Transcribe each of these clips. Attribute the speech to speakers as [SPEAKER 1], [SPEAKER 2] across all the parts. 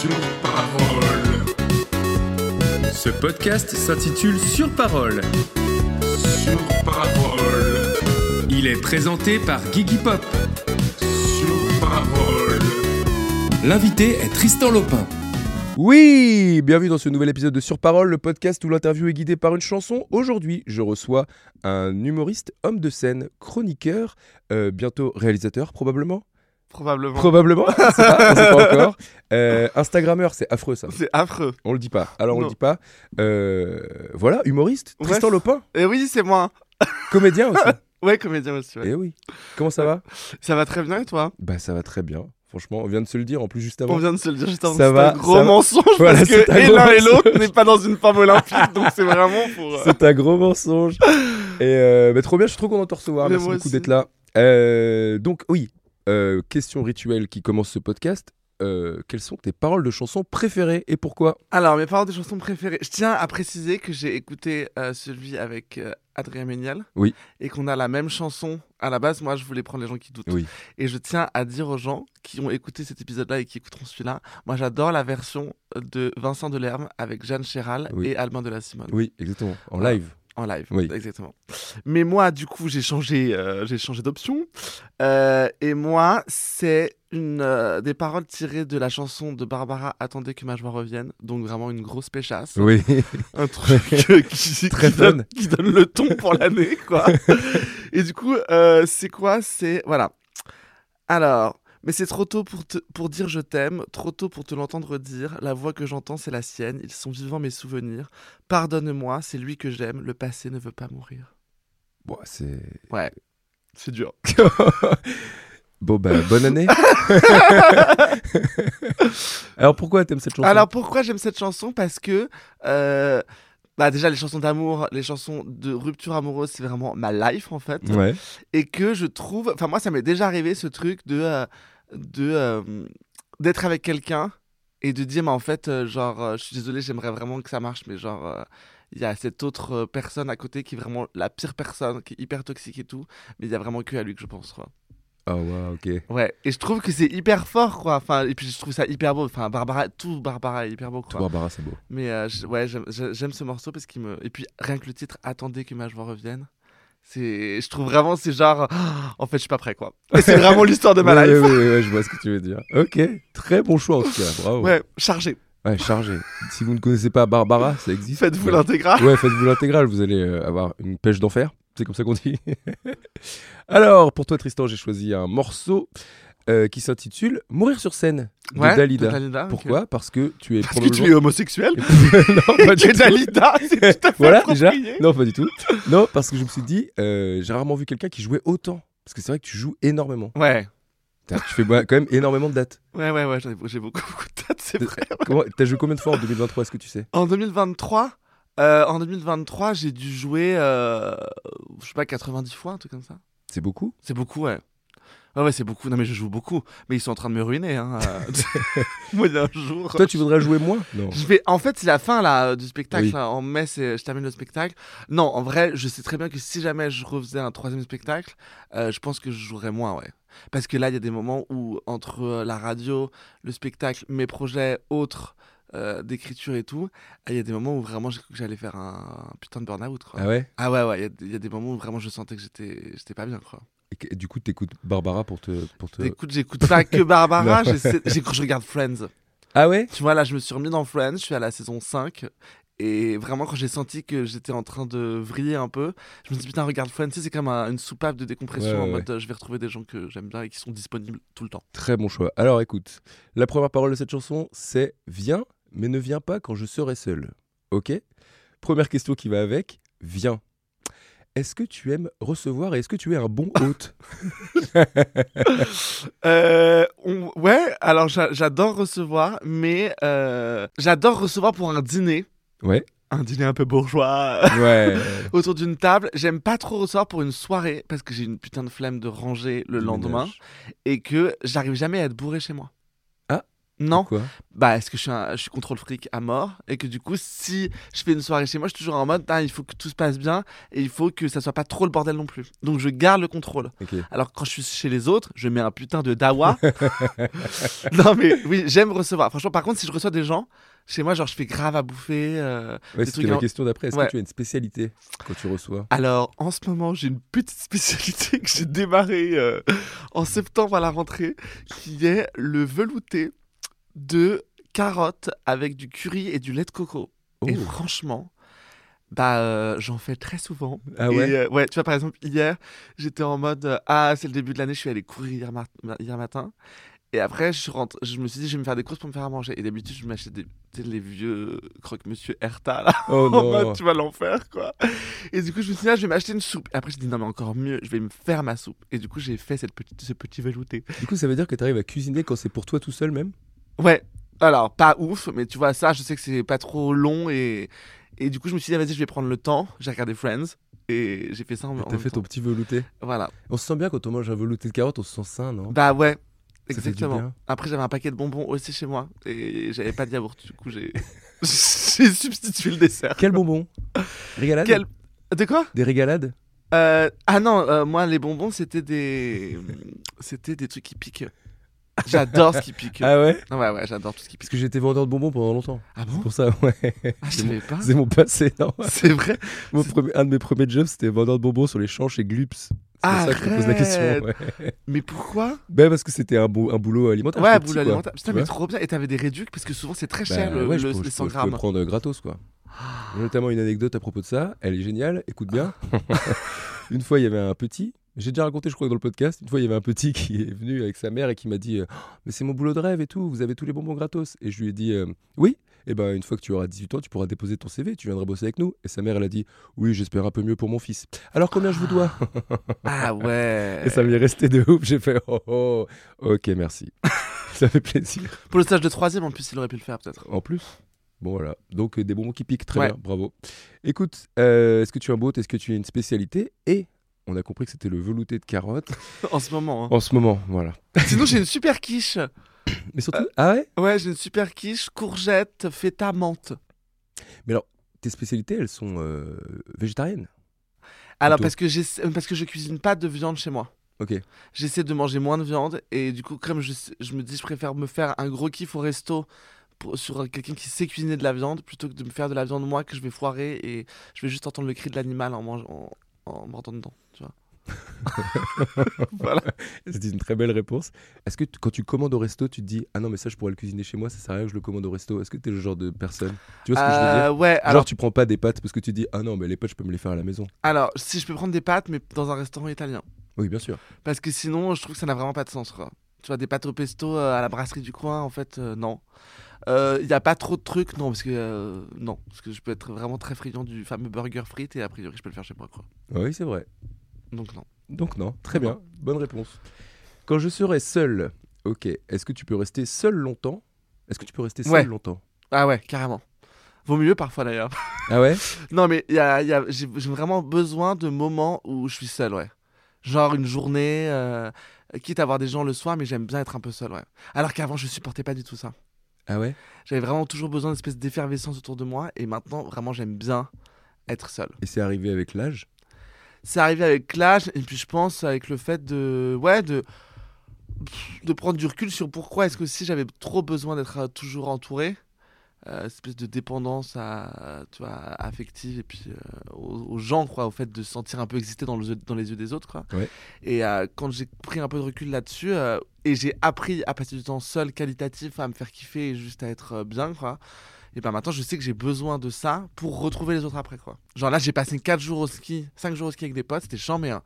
[SPEAKER 1] Sur parole,
[SPEAKER 2] Ce podcast s'intitule Sur parole.
[SPEAKER 1] sur parole,
[SPEAKER 2] Il est présenté par Gigi Pop.
[SPEAKER 1] sur parole.
[SPEAKER 2] L'invité est Tristan Lopin.
[SPEAKER 3] Oui, bienvenue dans ce nouvel épisode de Sur Parole, le podcast où l'interview est guidée par une chanson. Aujourd'hui, je reçois un humoriste, homme de scène, chroniqueur, euh, bientôt réalisateur probablement.
[SPEAKER 4] Probablement.
[SPEAKER 3] Probablement, Hein. on sait pas, on sait pas encore. Euh, Instagrammeur, c'est affreux ça.
[SPEAKER 4] c'est affreux.
[SPEAKER 3] On le dit pas. Alors on
[SPEAKER 4] Non.
[SPEAKER 3] le dit pas. Euh, voilà, humoriste,
[SPEAKER 4] Ouais.
[SPEAKER 3] Tristan Lopin,
[SPEAKER 4] Et Eh oui, c'est moi.
[SPEAKER 3] comédien aussi.
[SPEAKER 4] Ouais, comédien aussi. ouais.
[SPEAKER 3] Eh oui. Comment ça va
[SPEAKER 4] Ça va très bien et toi
[SPEAKER 3] Bah ça va très bien. Franchement, on vient de se le dire en plus juste
[SPEAKER 4] On
[SPEAKER 3] avant.
[SPEAKER 4] vient de se le dire juste avant.
[SPEAKER 3] Ça
[SPEAKER 4] C'est
[SPEAKER 3] va,
[SPEAKER 4] un gros
[SPEAKER 3] ça va.
[SPEAKER 4] mensonge
[SPEAKER 3] Voilà,
[SPEAKER 4] parce
[SPEAKER 3] c'est
[SPEAKER 4] que
[SPEAKER 3] un
[SPEAKER 4] et
[SPEAKER 3] gros
[SPEAKER 4] l'un et l'autre n'est pas dans une femme olympique, donc c'est vraiment pour. euh,
[SPEAKER 3] C'est un gros mensonge. Et euh, bah, trop bien, je suis trop content de te recevoir.
[SPEAKER 4] Mais
[SPEAKER 3] Merci
[SPEAKER 4] moi
[SPEAKER 3] beaucoup
[SPEAKER 4] aussi.
[SPEAKER 3] d'être là. Euh, donc, oui, euh, question rituelle qui commence ce podcast. Euh, quelles sont tes paroles de chansons préférées et pourquoi
[SPEAKER 4] Alors, mes paroles des chansons préférées. Je tiens à préciser que j'ai écouté euh, celui avec euh, Adrien Méniel.
[SPEAKER 3] Oui.
[SPEAKER 4] Et qu'on a la même chanson. À la base, moi, je voulais prendre les gens qui doutent.
[SPEAKER 3] Oui.
[SPEAKER 4] Et je tiens à dire aux gens qui ont écouté cet épisode-là et qui écouteront celui-là, moi, j'adore la version de Vincent Delerme avec Jeanne Chéral
[SPEAKER 3] Oui.
[SPEAKER 4] et Albin de la Simone.
[SPEAKER 3] Oui, exactement. En
[SPEAKER 4] Voilà.
[SPEAKER 3] live.
[SPEAKER 4] En live,
[SPEAKER 3] Oui.
[SPEAKER 4] exactement. Mais moi, du coup, j'ai changé, euh, j'ai changé d'option. Euh, et moi, c'est une euh, des paroles tirées de la chanson de Barbara Attendez que ma joie revienne. Donc vraiment une grosse péchasse,
[SPEAKER 3] Oui.
[SPEAKER 4] un truc euh, qui,
[SPEAKER 3] Très
[SPEAKER 4] qui donne,
[SPEAKER 3] fun.
[SPEAKER 4] qui donne le ton pour l'année, quoi. et du coup, euh, c'est quoi C'est voilà. Alors. Mais c'est trop tôt pour, te, pour dire je t'aime, trop tôt pour te l'entendre dire. La voix que j'entends, c'est la sienne. Ils sont vivants mes souvenirs. Pardonne-moi, c'est lui que j'aime. Le passé ne veut pas mourir.
[SPEAKER 3] Bon, c'est.
[SPEAKER 4] C'est dur.
[SPEAKER 3] bon, bah, bonne année. Alors, pourquoi t'aimes cette chanson
[SPEAKER 4] Alors pourquoi j'aime cette chanson Parce que euh, bah déjà les chansons d'amour, les chansons de rupture amoureuse, c'est vraiment ma life en fait.
[SPEAKER 3] Ouais.
[SPEAKER 4] Et que je trouve, enfin moi ça m'est déjà arrivé ce truc de euh, de euh, d'être avec quelqu'un et de dire mais en fait euh, genre euh, je suis désolé j'aimerais vraiment que ça marche mais genre euh, il y a cette autre euh, personne à côté qui est vraiment la pire personne, qui est hyper toxique et tout, mais il y a vraiment que à lui que je pense quoi.
[SPEAKER 3] Oh, wow, ok.
[SPEAKER 4] Ouais, et je trouve que c'est hyper fort quoi. Enfin et puis je trouve ça hyper beau. Enfin Barbara, tout Barbara est hyper beau
[SPEAKER 3] Tout
[SPEAKER 4] quoi.
[SPEAKER 3] Barbara, c'est beau.
[SPEAKER 4] Mais euh, je- ouais, j'aime- j'a- j'aime ce morceau parce qu'il me. Et puis rien que le titre, attendez que ma joie revienne. C'est, je trouve vraiment, c'est genre, Ah, en fait, je suis pas prêt quoi. Et c'est vraiment l'histoire de ma
[SPEAKER 3] Ouais,
[SPEAKER 4] life.
[SPEAKER 3] ouais, ouais, ouais, je vois ce que tu veux dire. Ok. Très bon choix, en tout cas. Bravo.
[SPEAKER 4] Ouais, chargé.
[SPEAKER 3] Ouais, chargé. Si vous ne connaissez pas Barbara, ça existe.
[SPEAKER 4] Faites-vous
[SPEAKER 3] Ouais.
[SPEAKER 4] l'intégral.
[SPEAKER 3] Ouais, faites-vous l'intégrale, vous allez euh, avoir une pêche d'enfer. C'est comme ça qu'on dit. Alors, pour toi, Tristan, j'ai choisi un morceau euh, qui s'intitule Mourir sur scène de
[SPEAKER 4] Ouais,
[SPEAKER 3] Dalida.
[SPEAKER 4] de Dalida, ok.
[SPEAKER 3] Pourquoi Parce que tu es
[SPEAKER 4] Parce que tu es
[SPEAKER 3] probablement.
[SPEAKER 4] homosexuel.
[SPEAKER 3] non, pas du
[SPEAKER 4] Que
[SPEAKER 3] tout.
[SPEAKER 4] Dalida, c'est tout à fait
[SPEAKER 3] Voilà, déjà.
[SPEAKER 4] approprié.
[SPEAKER 3] Non, pas du tout. Non, parce que je me suis dit, euh, j'ai rarement vu quelqu'un qui jouait autant. Parce que c'est vrai que tu joues énormément.
[SPEAKER 4] Ouais,
[SPEAKER 3] T'as- Tu fais bah, quand même énormément de dates.
[SPEAKER 4] ouais, ouais, ouais, j'en ai- j'ai beaucoup, beaucoup de dates, c'est vrai.
[SPEAKER 3] Comment- T'as joué combien de fois en 2023 Est-ce que tu sais
[SPEAKER 4] En 2023, euh, en 2023, j'ai dû jouer, euh, je sais pas, 90 fois, un truc comme ça.
[SPEAKER 3] C'est beaucoup.
[SPEAKER 4] C'est beaucoup, ouais. Ah Ouais, ouais, c'est beaucoup. Non, mais je joue beaucoup. Mais ils sont en train de me ruiner. Hein. euh. Moi, il y a un jour.
[SPEAKER 3] Toi, tu voudrais jouer moins Non.
[SPEAKER 4] Je vais... En fait, c'est la fin là, euh, du spectacle.
[SPEAKER 3] Oui.
[SPEAKER 4] là. En mai, c'est- je termine le spectacle. Non, en vrai, je sais très bien que si jamais je refaisais un troisième spectacle, euh, je pense que je jouerais moins, ouais. Parce que là, il y a des moments où, entre euh, la radio, le spectacle, mes projets autres euh, d'écriture et tout, il y a des moments où vraiment j'ai cru que j'allais faire un putain de burn-out. quoi.
[SPEAKER 3] Ah ouais
[SPEAKER 4] Ah ouais, ouais, il y a- il y, a des moments où vraiment je sentais que j'étais j'étais pas bien, quoi.
[SPEAKER 3] Et que- Du coup, t'écoutes Barbara pour te. Pour te...
[SPEAKER 4] Écoute, j'écoute pas que Barbara,
[SPEAKER 3] euh, Non.
[SPEAKER 4] j'essaie- j'ai- je regarde Friends.
[SPEAKER 3] Ah ouais
[SPEAKER 4] Tu vois, là, je me suis remis dans Friends, je suis à la saison 5. Et vraiment, quand j'ai senti que j'étais en train de vriller un peu, je me suis dit, putain, regarde Friends, tu sais, c'est comme un- une soupape de décompression
[SPEAKER 3] Ouais,
[SPEAKER 4] en
[SPEAKER 3] ouais,
[SPEAKER 4] mode euh, je vais retrouver des gens que j'aime bien et qui sont disponibles tout le temps.
[SPEAKER 3] Très bon choix. Alors écoute, la première parole de cette chanson, c'est Viens, mais ne viens pas quand je serai seul. Ok Première question qui va avec Viens. Est-ce que tu aimes recevoir et est-ce que tu es un bon hôte
[SPEAKER 4] Euh, on- ouais, Alors j'a- j'adore recevoir, mais euh, j'adore recevoir pour un dîner.
[SPEAKER 3] Ouais.
[SPEAKER 4] Un dîner un peu bourgeois.
[SPEAKER 3] Ouais.
[SPEAKER 4] autour d'une table. J'aime pas trop recevoir pour une soirée parce que j'ai une putain de flemme de ranger le
[SPEAKER 3] Du
[SPEAKER 4] lendemain
[SPEAKER 3] ménage.
[SPEAKER 4] et que j'arrive jamais à être bourré chez moi.
[SPEAKER 3] Ah.
[SPEAKER 4] Non,
[SPEAKER 3] Pourquoi
[SPEAKER 4] bah est-ce que je suis, un- je suis contrôle fric à mort et que du coup si je fais une soirée chez moi, je suis toujours en mode Ah, il faut que tout se passe bien et il faut que ça soit pas trop le bordel non plus. Donc je garde le contrôle.
[SPEAKER 3] Ok.
[SPEAKER 4] Alors quand je suis chez les autres, je mets un putain de dawa. non mais oui, j'aime recevoir. Franchement, par contre, si je reçois des gens chez moi, genre je fais grave à bouffer. euh,
[SPEAKER 3] Ouais,
[SPEAKER 4] Des
[SPEAKER 3] c'était
[SPEAKER 4] trucs
[SPEAKER 3] ma
[SPEAKER 4] en-
[SPEAKER 3] question d'après. Est-ce
[SPEAKER 4] Ouais.
[SPEAKER 3] que tu as une spécialité quand tu reçois
[SPEAKER 4] Alors, en ce moment, j'ai une petite spécialité que j'ai démarrée euh, en septembre à la rentrée, qui est le velouté de carottes avec du curry et du lait de coco. Et
[SPEAKER 3] Oh.
[SPEAKER 4] franchement, bah, euh, j'en fais très souvent.
[SPEAKER 3] Ah ouais
[SPEAKER 4] Et, euh, ouais, tu vois, par exemple, hier, j'étais en mode euh, Ah, c'est le début de l'année, je suis allé courir hier, mar- ma- hier matin. Et après, je, suis rentré- je me suis dit, je vais me faire des courses pour me faire à manger. Et d'habitude, je m'achète des, tu sais, les vieux euh, croque-monsieur Herta, là
[SPEAKER 3] Oh
[SPEAKER 4] en
[SPEAKER 3] non.
[SPEAKER 4] mode, tu vas l'enfer quoi. Et du coup je me suis dit là je vais m'acheter une soupe. Et après j'ai dit non mais encore mieux, je vais me faire ma soupe. Et du coup j'ai fait cette petite, ce petit velouté.
[SPEAKER 3] Du coup, ça veut dire que tu arrives à cuisiner quand c'est pour toi tout seul
[SPEAKER 4] Bah,
[SPEAKER 3] même
[SPEAKER 4] Ouais. Alors pas ouf, mais tu vois ça, je sais que c'est pas trop long et et du coup je me suis dit ah, vas-y je vais prendre le temps. J'ai regardé Friends et j'ai fait ça en, en
[SPEAKER 3] T'as
[SPEAKER 4] même
[SPEAKER 3] fait ton
[SPEAKER 4] temps.
[SPEAKER 3] petit velouté.
[SPEAKER 4] Voilà.
[SPEAKER 3] On se sent bien quand on mange un velouté de carotte, on se sent sain, non
[SPEAKER 4] Bah ouais.
[SPEAKER 3] Ça fait du
[SPEAKER 4] Exactement.
[SPEAKER 3] bien.
[SPEAKER 4] Après j'avais un paquet de bonbons aussi chez moi et j'avais pas de yaourt. Du coup j'ai j'ai substitué le dessert.
[SPEAKER 3] Quel bonbon Régalade
[SPEAKER 4] Quel de quoi
[SPEAKER 3] Des régalades
[SPEAKER 4] Euh, ah non, euh, moi les bonbons c'était des c'était des trucs qui piquent. J'adore ce qui pique.
[SPEAKER 3] Ah ouais
[SPEAKER 4] Ah ouais ouais, j'adore tout ce qui
[SPEAKER 3] Parce
[SPEAKER 4] pique.
[SPEAKER 3] que j'étais vendeur de bonbons pendant longtemps.
[SPEAKER 4] Ah
[SPEAKER 3] C'est
[SPEAKER 4] bon
[SPEAKER 3] pour ça, ouais.
[SPEAKER 4] Ah, je
[SPEAKER 3] c'est, mon,
[SPEAKER 4] savais pas.
[SPEAKER 3] c'est mon passé, non
[SPEAKER 4] C'est vrai.
[SPEAKER 3] Mon
[SPEAKER 4] c'est-
[SPEAKER 3] premier- Un de mes premiers jobs, c'était vendeur de bonbons sur les champs chez Glups. C'est pour ça que je te pose la question.
[SPEAKER 4] Arrête.
[SPEAKER 3] Ouais.
[SPEAKER 4] Mais pourquoi
[SPEAKER 3] Ben parce que c'était un, bou- un boulot alimentaire.
[SPEAKER 4] Ouais,
[SPEAKER 3] j'étais petit,
[SPEAKER 4] boule
[SPEAKER 3] quoi.
[SPEAKER 4] alimentaire. Putain,
[SPEAKER 3] Tu
[SPEAKER 4] mais
[SPEAKER 3] vois
[SPEAKER 4] trop bien. Et t'avais des réducts parce que souvent c'est très
[SPEAKER 3] Bah,
[SPEAKER 4] cher le,
[SPEAKER 3] ouais, je
[SPEAKER 4] le-
[SPEAKER 3] peux- je
[SPEAKER 4] les
[SPEAKER 3] peux-
[SPEAKER 4] 100
[SPEAKER 3] je peux
[SPEAKER 4] grammes. Ah.
[SPEAKER 3] prendre gratos, quoi. J'ai notamment une anecdote à propos de ça. Elle est géniale. Écoute bien. une fois, il y avait un petit. J'ai déjà raconté, je crois, dans le podcast. Une fois, il y avait un petit qui est venu avec sa mère et qui m'a dit euh, Mais c'est mon boulot de rêve et tout. Vous avez tous les bonbons gratos. Et je lui ai dit euh, Oui. Et ben, une fois que tu auras 18 ans, tu pourras déposer ton CV. Tu viendras bosser avec nous. Et sa mère, elle a dit Oui, j'espère un peu mieux pour mon fils. Alors, combien je vous dois
[SPEAKER 4] Ah ouais.
[SPEAKER 3] Et ça m'est resté de ouf. J'ai fait Oh, oh, ok, merci. ça fait plaisir.
[SPEAKER 4] Pour le stage de troisième en plus il aurait pu le faire peut-être.
[SPEAKER 3] En plus. Bon, voilà. Donc, euh, des bonbons qui piquent. Très
[SPEAKER 4] Ouais.
[SPEAKER 3] bien. Bravo. Écoute, euh, est-ce que tu as un beau Est-ce que tu as une spécialité Et on a compris que c'était le velouté de carottes.
[SPEAKER 4] En ce moment. hein.
[SPEAKER 3] En ce moment, voilà.
[SPEAKER 4] Sinon j'ai une super quiche.
[SPEAKER 3] Mais surtout. Ah ouais
[SPEAKER 4] Ouais j'ai une super quiche courgette feta menthe.
[SPEAKER 3] Tes spécialités, elles sont euh, végétariennes.
[SPEAKER 4] Alors
[SPEAKER 3] Plutôt.
[SPEAKER 4] parce que j'essa- euh, parce que je cuisine pas de viande chez moi.
[SPEAKER 3] Ok.
[SPEAKER 4] J'essaie de manger moins de viande et du coup comme je, sais- je me dis je préfère me faire un gros kiff au resto pour- sur euh, quelqu'un qui sait cuisiner de la viande plutôt que de me faire de la viande moi que je vais foirer et je vais juste entendre le cri de l'animal en mangeant en, en mordant dedans, tu vois. voilà.
[SPEAKER 3] C'est une très belle réponse. Est-ce que t- quand tu commandes au resto, tu te dis Ah non, mais ça, je pourrais le cuisiner chez moi, ça sert à rien que je le commande au resto Est-ce que t'es le genre de personne Tu vois ce que je veux dire
[SPEAKER 4] Euh, ouais,
[SPEAKER 3] Genre,
[SPEAKER 4] alors
[SPEAKER 3] tu prends pas des pâtes parce que tu dis Ah non, mais les pâtes, je peux me les faire à la maison.
[SPEAKER 4] alors si je peux prendre des pâtes mais dans un restaurant italien
[SPEAKER 3] Oui, bien sûr.
[SPEAKER 4] parce que sinon je trouve que ça n'a vraiment pas de sens quoi. Tu vois des pâtes au pesto euh, à la brasserie du coin en fait euh, non. Il n'y a pas trop de trucs, non, parce que euh, non, parce que je peux être vraiment très friand du fameux burger frites et a priori je peux le faire chez moi, quoi.
[SPEAKER 3] Oui, c'est vrai.
[SPEAKER 4] Donc non.
[SPEAKER 3] Donc non, très bien, bonne réponse. Quand je serai seul, ok, est-ce que tu peux rester seul longtemps Est-ce que tu peux rester seul
[SPEAKER 4] Ouais.
[SPEAKER 3] longtemps
[SPEAKER 4] Ah ouais, carrément. Vaut mieux parfois d'ailleurs.
[SPEAKER 3] Ah ouais
[SPEAKER 4] non mais y a- y a- j'ai j'ai vraiment besoin de moments où je suis seul, ouais. Genre une journée, euh, quitte à avoir des gens le soir, mais j'aime bien être un peu seul, ouais. Alors qu'avant je supportais pas du tout ça.
[SPEAKER 3] Ah ouais
[SPEAKER 4] J'avais vraiment toujours besoin d'une espèce d'effervescence autour de moi et maintenant vraiment j'aime bien être seul.
[SPEAKER 3] Et c'est arrivé avec l'âge
[SPEAKER 4] c'est arrivé avec Clash et puis je pense avec le fait de ouais de pff, de prendre du recul sur pourquoi est-ce que si j'avais trop besoin d'être euh, toujours entouré euh, cette espèce de dépendance à tu vois affective et puis euh, aux, aux gens quoi au fait de se sentir un peu exister dans, le- dans les yeux des autres quoi
[SPEAKER 3] Ouais.
[SPEAKER 4] et euh, quand j'ai pris un peu de recul là-dessus euh, et j'ai appris à passer du temps seul qualitatif à me faire kiffer et juste à être euh, bien quoi et ben maintenant je sais que j'ai besoin de ça pour retrouver les autres après quoi. Genre là j'ai passé 4 jours au ski, 5 jours au ski avec des potes, c'était chiant mais, hein.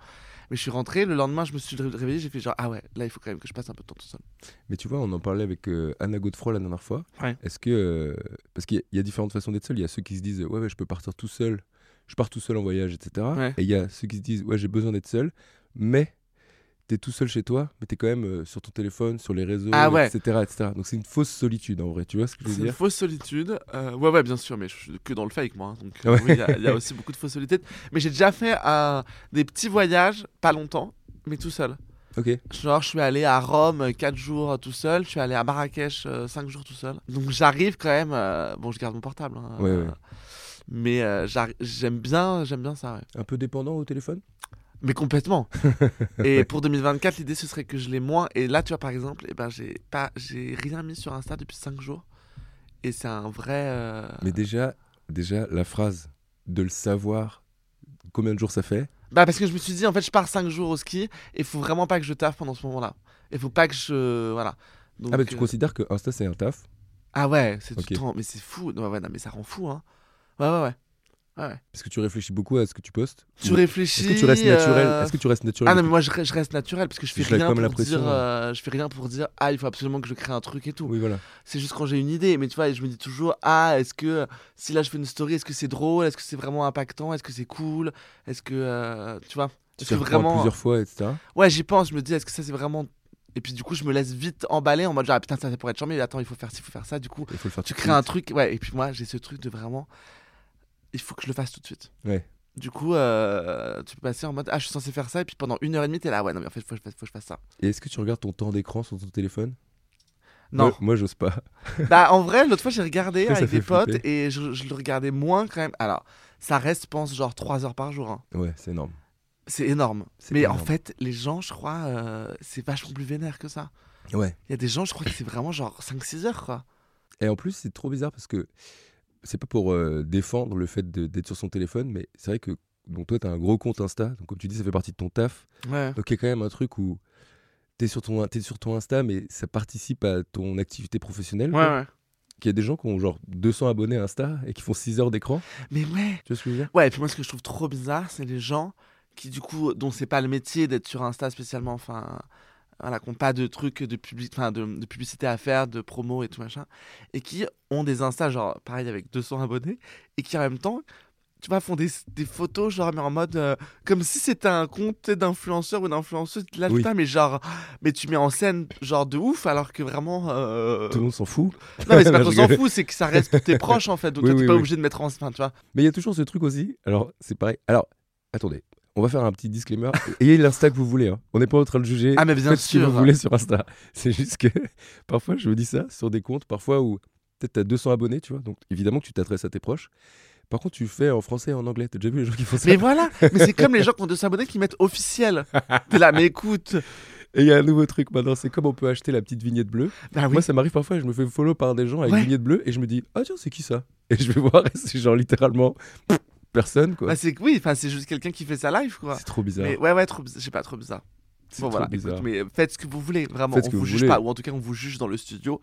[SPEAKER 4] mais je suis rentré, le lendemain je me suis ré- réveillé, j'ai fait genre ah ouais, là il faut quand même que je passe un peu de temps tout seul.
[SPEAKER 3] Mais tu vois, on en parlait avec euh, Anna Godefroy la dernière fois.
[SPEAKER 4] Ouais.
[SPEAKER 3] Est-ce que. euh, parce qu'il y a- il y a différentes façons d'être seul. Il y a ceux qui se disent Ouais, ouais, je peux partir tout seul, je pars tout seul en voyage, etc.
[SPEAKER 4] Ouais.
[SPEAKER 3] Et il y a ceux qui se disent Ouais, j'ai besoin d'être seul, mais t'es tout seul chez toi, mais t'es quand même euh, sur ton téléphone, sur les réseaux,
[SPEAKER 4] Ah ouais.
[SPEAKER 3] etc., etc. Donc c'est une fausse solitude en vrai, tu vois ce que je
[SPEAKER 4] C'est
[SPEAKER 3] veux
[SPEAKER 4] une
[SPEAKER 3] dire
[SPEAKER 4] fausse solitude. Euh, ouais, ouais, bien sûr, mais je suis que dans le fake, moi. hein. Donc, euh,
[SPEAKER 3] Ouais.
[SPEAKER 4] oui, il y a- il y, a aussi beaucoup de fausses solitudes. Mais j'ai déjà fait euh, des petits voyages, pas longtemps, mais tout seul.
[SPEAKER 3] Ok.
[SPEAKER 4] Genre, je suis allé à Rome 4 jours euh, tout seul, je suis allé à Marrakech 5 jours tout seul. Donc, j'arrive quand même. euh, bon, je garde mon portable. hein,
[SPEAKER 3] Ouais,
[SPEAKER 4] euh,
[SPEAKER 3] ouais.
[SPEAKER 4] Mais euh, j'arri- j'aime bien, j'aime bien ça, ouais.
[SPEAKER 3] Un peu dépendant au téléphone
[SPEAKER 4] Mais complètement. et pour 2024, l'idée ce serait que je l'ai moins. Et là, tu vois, par exemple, eh ben, j'ai pas, j'ai rien mis sur Insta depuis 5 jours. Et c'est un vrai. euh,
[SPEAKER 3] Mais déjà, déjà, la phrase de le savoir combien de jours ça fait,
[SPEAKER 4] Bah parce que je me suis dit en fait je pars 5 jours au ski et faut vraiment pas que je taffe pendant ce moment-là. Et faut pas que je voilà. Donc,
[SPEAKER 3] ah bah tu
[SPEAKER 4] euh,
[SPEAKER 3] considères que Insta c'est un taf
[SPEAKER 4] Ah ouais, c'est
[SPEAKER 3] Ok.
[SPEAKER 4] du temps mais c'est fou. Non, ouais, non, mais ça rend fou hein. Ouais ouais ouais. Ouais, ouais.
[SPEAKER 3] Parce que tu réfléchis beaucoup à ce que tu postes
[SPEAKER 4] Tu
[SPEAKER 3] Ou-
[SPEAKER 4] réfléchis
[SPEAKER 3] Est-ce que tu restes naturel
[SPEAKER 4] euh,
[SPEAKER 3] Est-ce que tu restes naturel
[SPEAKER 4] Ah non mais moi je, re- je reste naturel parce que je
[SPEAKER 3] Tu
[SPEAKER 4] fais
[SPEAKER 3] lâches
[SPEAKER 4] rien
[SPEAKER 3] pas
[SPEAKER 4] pour
[SPEAKER 3] la pression,
[SPEAKER 4] dire
[SPEAKER 3] ouais.
[SPEAKER 4] euh, je fais rien pour dire ah il faut absolument que je crée un truc et tout.
[SPEAKER 3] Oui, voilà.
[SPEAKER 4] C'est juste quand j'ai une idée mais tu vois je me dis toujours ah est-ce que si là je fais une story est-ce que c'est drôle est-ce que c'est vraiment impactant est-ce que c'est cool est-ce que euh, tu vois
[SPEAKER 3] Tu
[SPEAKER 4] est-ce
[SPEAKER 3] fais
[SPEAKER 4] que
[SPEAKER 3] vraiment
[SPEAKER 4] vraiment euh,
[SPEAKER 3] plusieurs fois, etc.
[SPEAKER 4] Ouais, j'y pense, je me dis, est-ce que ça c'est vraiment. Et puis du coup, je me laisse vite emballer en mode genre, ah, putain, ça, ça pourrait être charmé, mais attends, il faut faire ci, il faut faire ça. Du coup,
[SPEAKER 3] Il faut le faire.
[SPEAKER 4] tu
[SPEAKER 3] tout de
[SPEAKER 4] crées un
[SPEAKER 3] suite.
[SPEAKER 4] truc. Ouais, et puis moi, j'ai ce truc de vraiment. Il faut que je le fasse tout de suite.
[SPEAKER 3] Ouais.
[SPEAKER 4] Du coup, euh, tu peux passer en mode, ah, je suis censé faire ça, et puis pendant une heure et demie, t'es là, ouais, non, mais en fait, faut, que je fasse- faut que je fasse ça.
[SPEAKER 3] Et est-ce que tu regardes ton temps d'écran sur ton téléphone
[SPEAKER 4] Non.
[SPEAKER 3] Moi, moi, j'ose pas.
[SPEAKER 4] bah, en vrai, l'autre fois, j'ai regardé
[SPEAKER 3] Ça, ça
[SPEAKER 4] avec
[SPEAKER 3] fait
[SPEAKER 4] des potes,
[SPEAKER 3] flipper.
[SPEAKER 4] et je, je le regardais moins quand même. Alors, ça reste, je pense, genre 3 heures par jour. hein.
[SPEAKER 3] Ouais, c'est énorme.
[SPEAKER 4] C'est énorme.
[SPEAKER 3] C'est
[SPEAKER 4] Mais en
[SPEAKER 3] énorme.
[SPEAKER 4] fait, les gens, je crois, euh, c'est vachement plus vénère que ça.
[SPEAKER 3] Ouais.
[SPEAKER 4] Il y a des gens, je crois que c'est vraiment genre 5-6 heures, quoi.
[SPEAKER 3] Et en plus, c'est trop bizarre parce que c'est pas pour euh, défendre le fait de- d'être sur son téléphone, mais c'est vrai que donc toi, t'as un gros compte Insta, donc comme tu dis, ça fait partie de ton taf.
[SPEAKER 4] Ouais.
[SPEAKER 3] Donc il y a quand même un truc où t'es sur ton t'es sur ton Insta, mais ça participe à ton activité professionnelle.
[SPEAKER 4] Ouais,
[SPEAKER 3] quoi.
[SPEAKER 4] ouais.
[SPEAKER 3] Qu'il y a des gens qui ont genre 200 abonnés à Insta et qui font 6 heures d'écran.
[SPEAKER 4] Mais ouais.
[SPEAKER 3] Tu vois ce que je veux dire
[SPEAKER 4] Ouais, et puis moi, ce que je trouve trop bizarre, c'est les gens qui, du coup, dont c'est pas le métier d'être sur Insta spécialement, enfin, voilà, qui n'ont pas de trucs de, public, enfin, de, de publicité à faire, de promo et tout machin, et qui ont des Insta, genre, pareil, avec 200 abonnés, et qui en même temps, tu vois, font des, des photos, genre, mais en mode, euh, comme si c'était un compte tu sais, d'influenceur ou d'influenceuse. Là,
[SPEAKER 3] Oui.
[SPEAKER 4] putain, mais genre, mais tu mets en scène, genre, de ouf, alors que vraiment. euh,
[SPEAKER 3] Tout le monde s'en fout.
[SPEAKER 4] Non, mais c'est pas
[SPEAKER 3] Je
[SPEAKER 4] qu'on s'en
[SPEAKER 3] rigole.
[SPEAKER 4] fout, c'est que ça reste pour tes proches en fait. Donc
[SPEAKER 3] Oui,
[SPEAKER 4] toi, t'es
[SPEAKER 3] oui,
[SPEAKER 4] pas
[SPEAKER 3] oui.
[SPEAKER 4] obligé de mettre en enfin, tu vois.
[SPEAKER 3] Mais il y a toujours ce truc aussi. Alors, c'est pareil. Alors, attendez. On va faire un petit disclaimer. Ayez l'Insta que vous voulez. hein. On n'est pas en train de juger.
[SPEAKER 4] Ah, mais bien
[SPEAKER 3] Faites ce que
[SPEAKER 4] sûr.
[SPEAKER 3] vous voulez sur Insta. C'est juste que parfois, je me dis ça sur des comptes, parfois où peut-être tu as 200 abonnés, tu vois. Donc, évidemment que tu t'adresses à tes proches. Par contre, tu fais en français et en anglais. T'as déjà vu les gens qui font ça
[SPEAKER 4] Mais voilà, mais c'est comme les gens qui ont 200 abonnés qui mettent officiel. T'es là, mais écoute.
[SPEAKER 3] Et il y a un nouveau truc maintenant. C'est comme on peut acheter la petite vignette bleue.
[SPEAKER 4] Bah oui.
[SPEAKER 3] Moi, ça m'arrive parfois. Je me fais follow par des gens avec
[SPEAKER 4] Ouais.
[SPEAKER 3] vignette bleue et je me dis, ah tiens, c'est qui ça Et je vais voir. et c'est genre littéralement pff, personne, quoi.
[SPEAKER 4] Bah, c'est que oui, enfin c'est juste quelqu'un qui fait sa live quoi.
[SPEAKER 3] c'est trop bizarre.
[SPEAKER 4] Mais ouais ouais trop bizarre, je sais pas trop bizarre.
[SPEAKER 3] C'est
[SPEAKER 4] Bon
[SPEAKER 3] trop
[SPEAKER 4] voilà,
[SPEAKER 3] bizarre.
[SPEAKER 4] écoute, mais euh, faites ce que vous voulez vraiment,
[SPEAKER 3] Faites ce
[SPEAKER 4] on
[SPEAKER 3] que
[SPEAKER 4] vous,
[SPEAKER 3] vous
[SPEAKER 4] juge
[SPEAKER 3] voulez.
[SPEAKER 4] pas ou en tout cas on vous juge dans le studio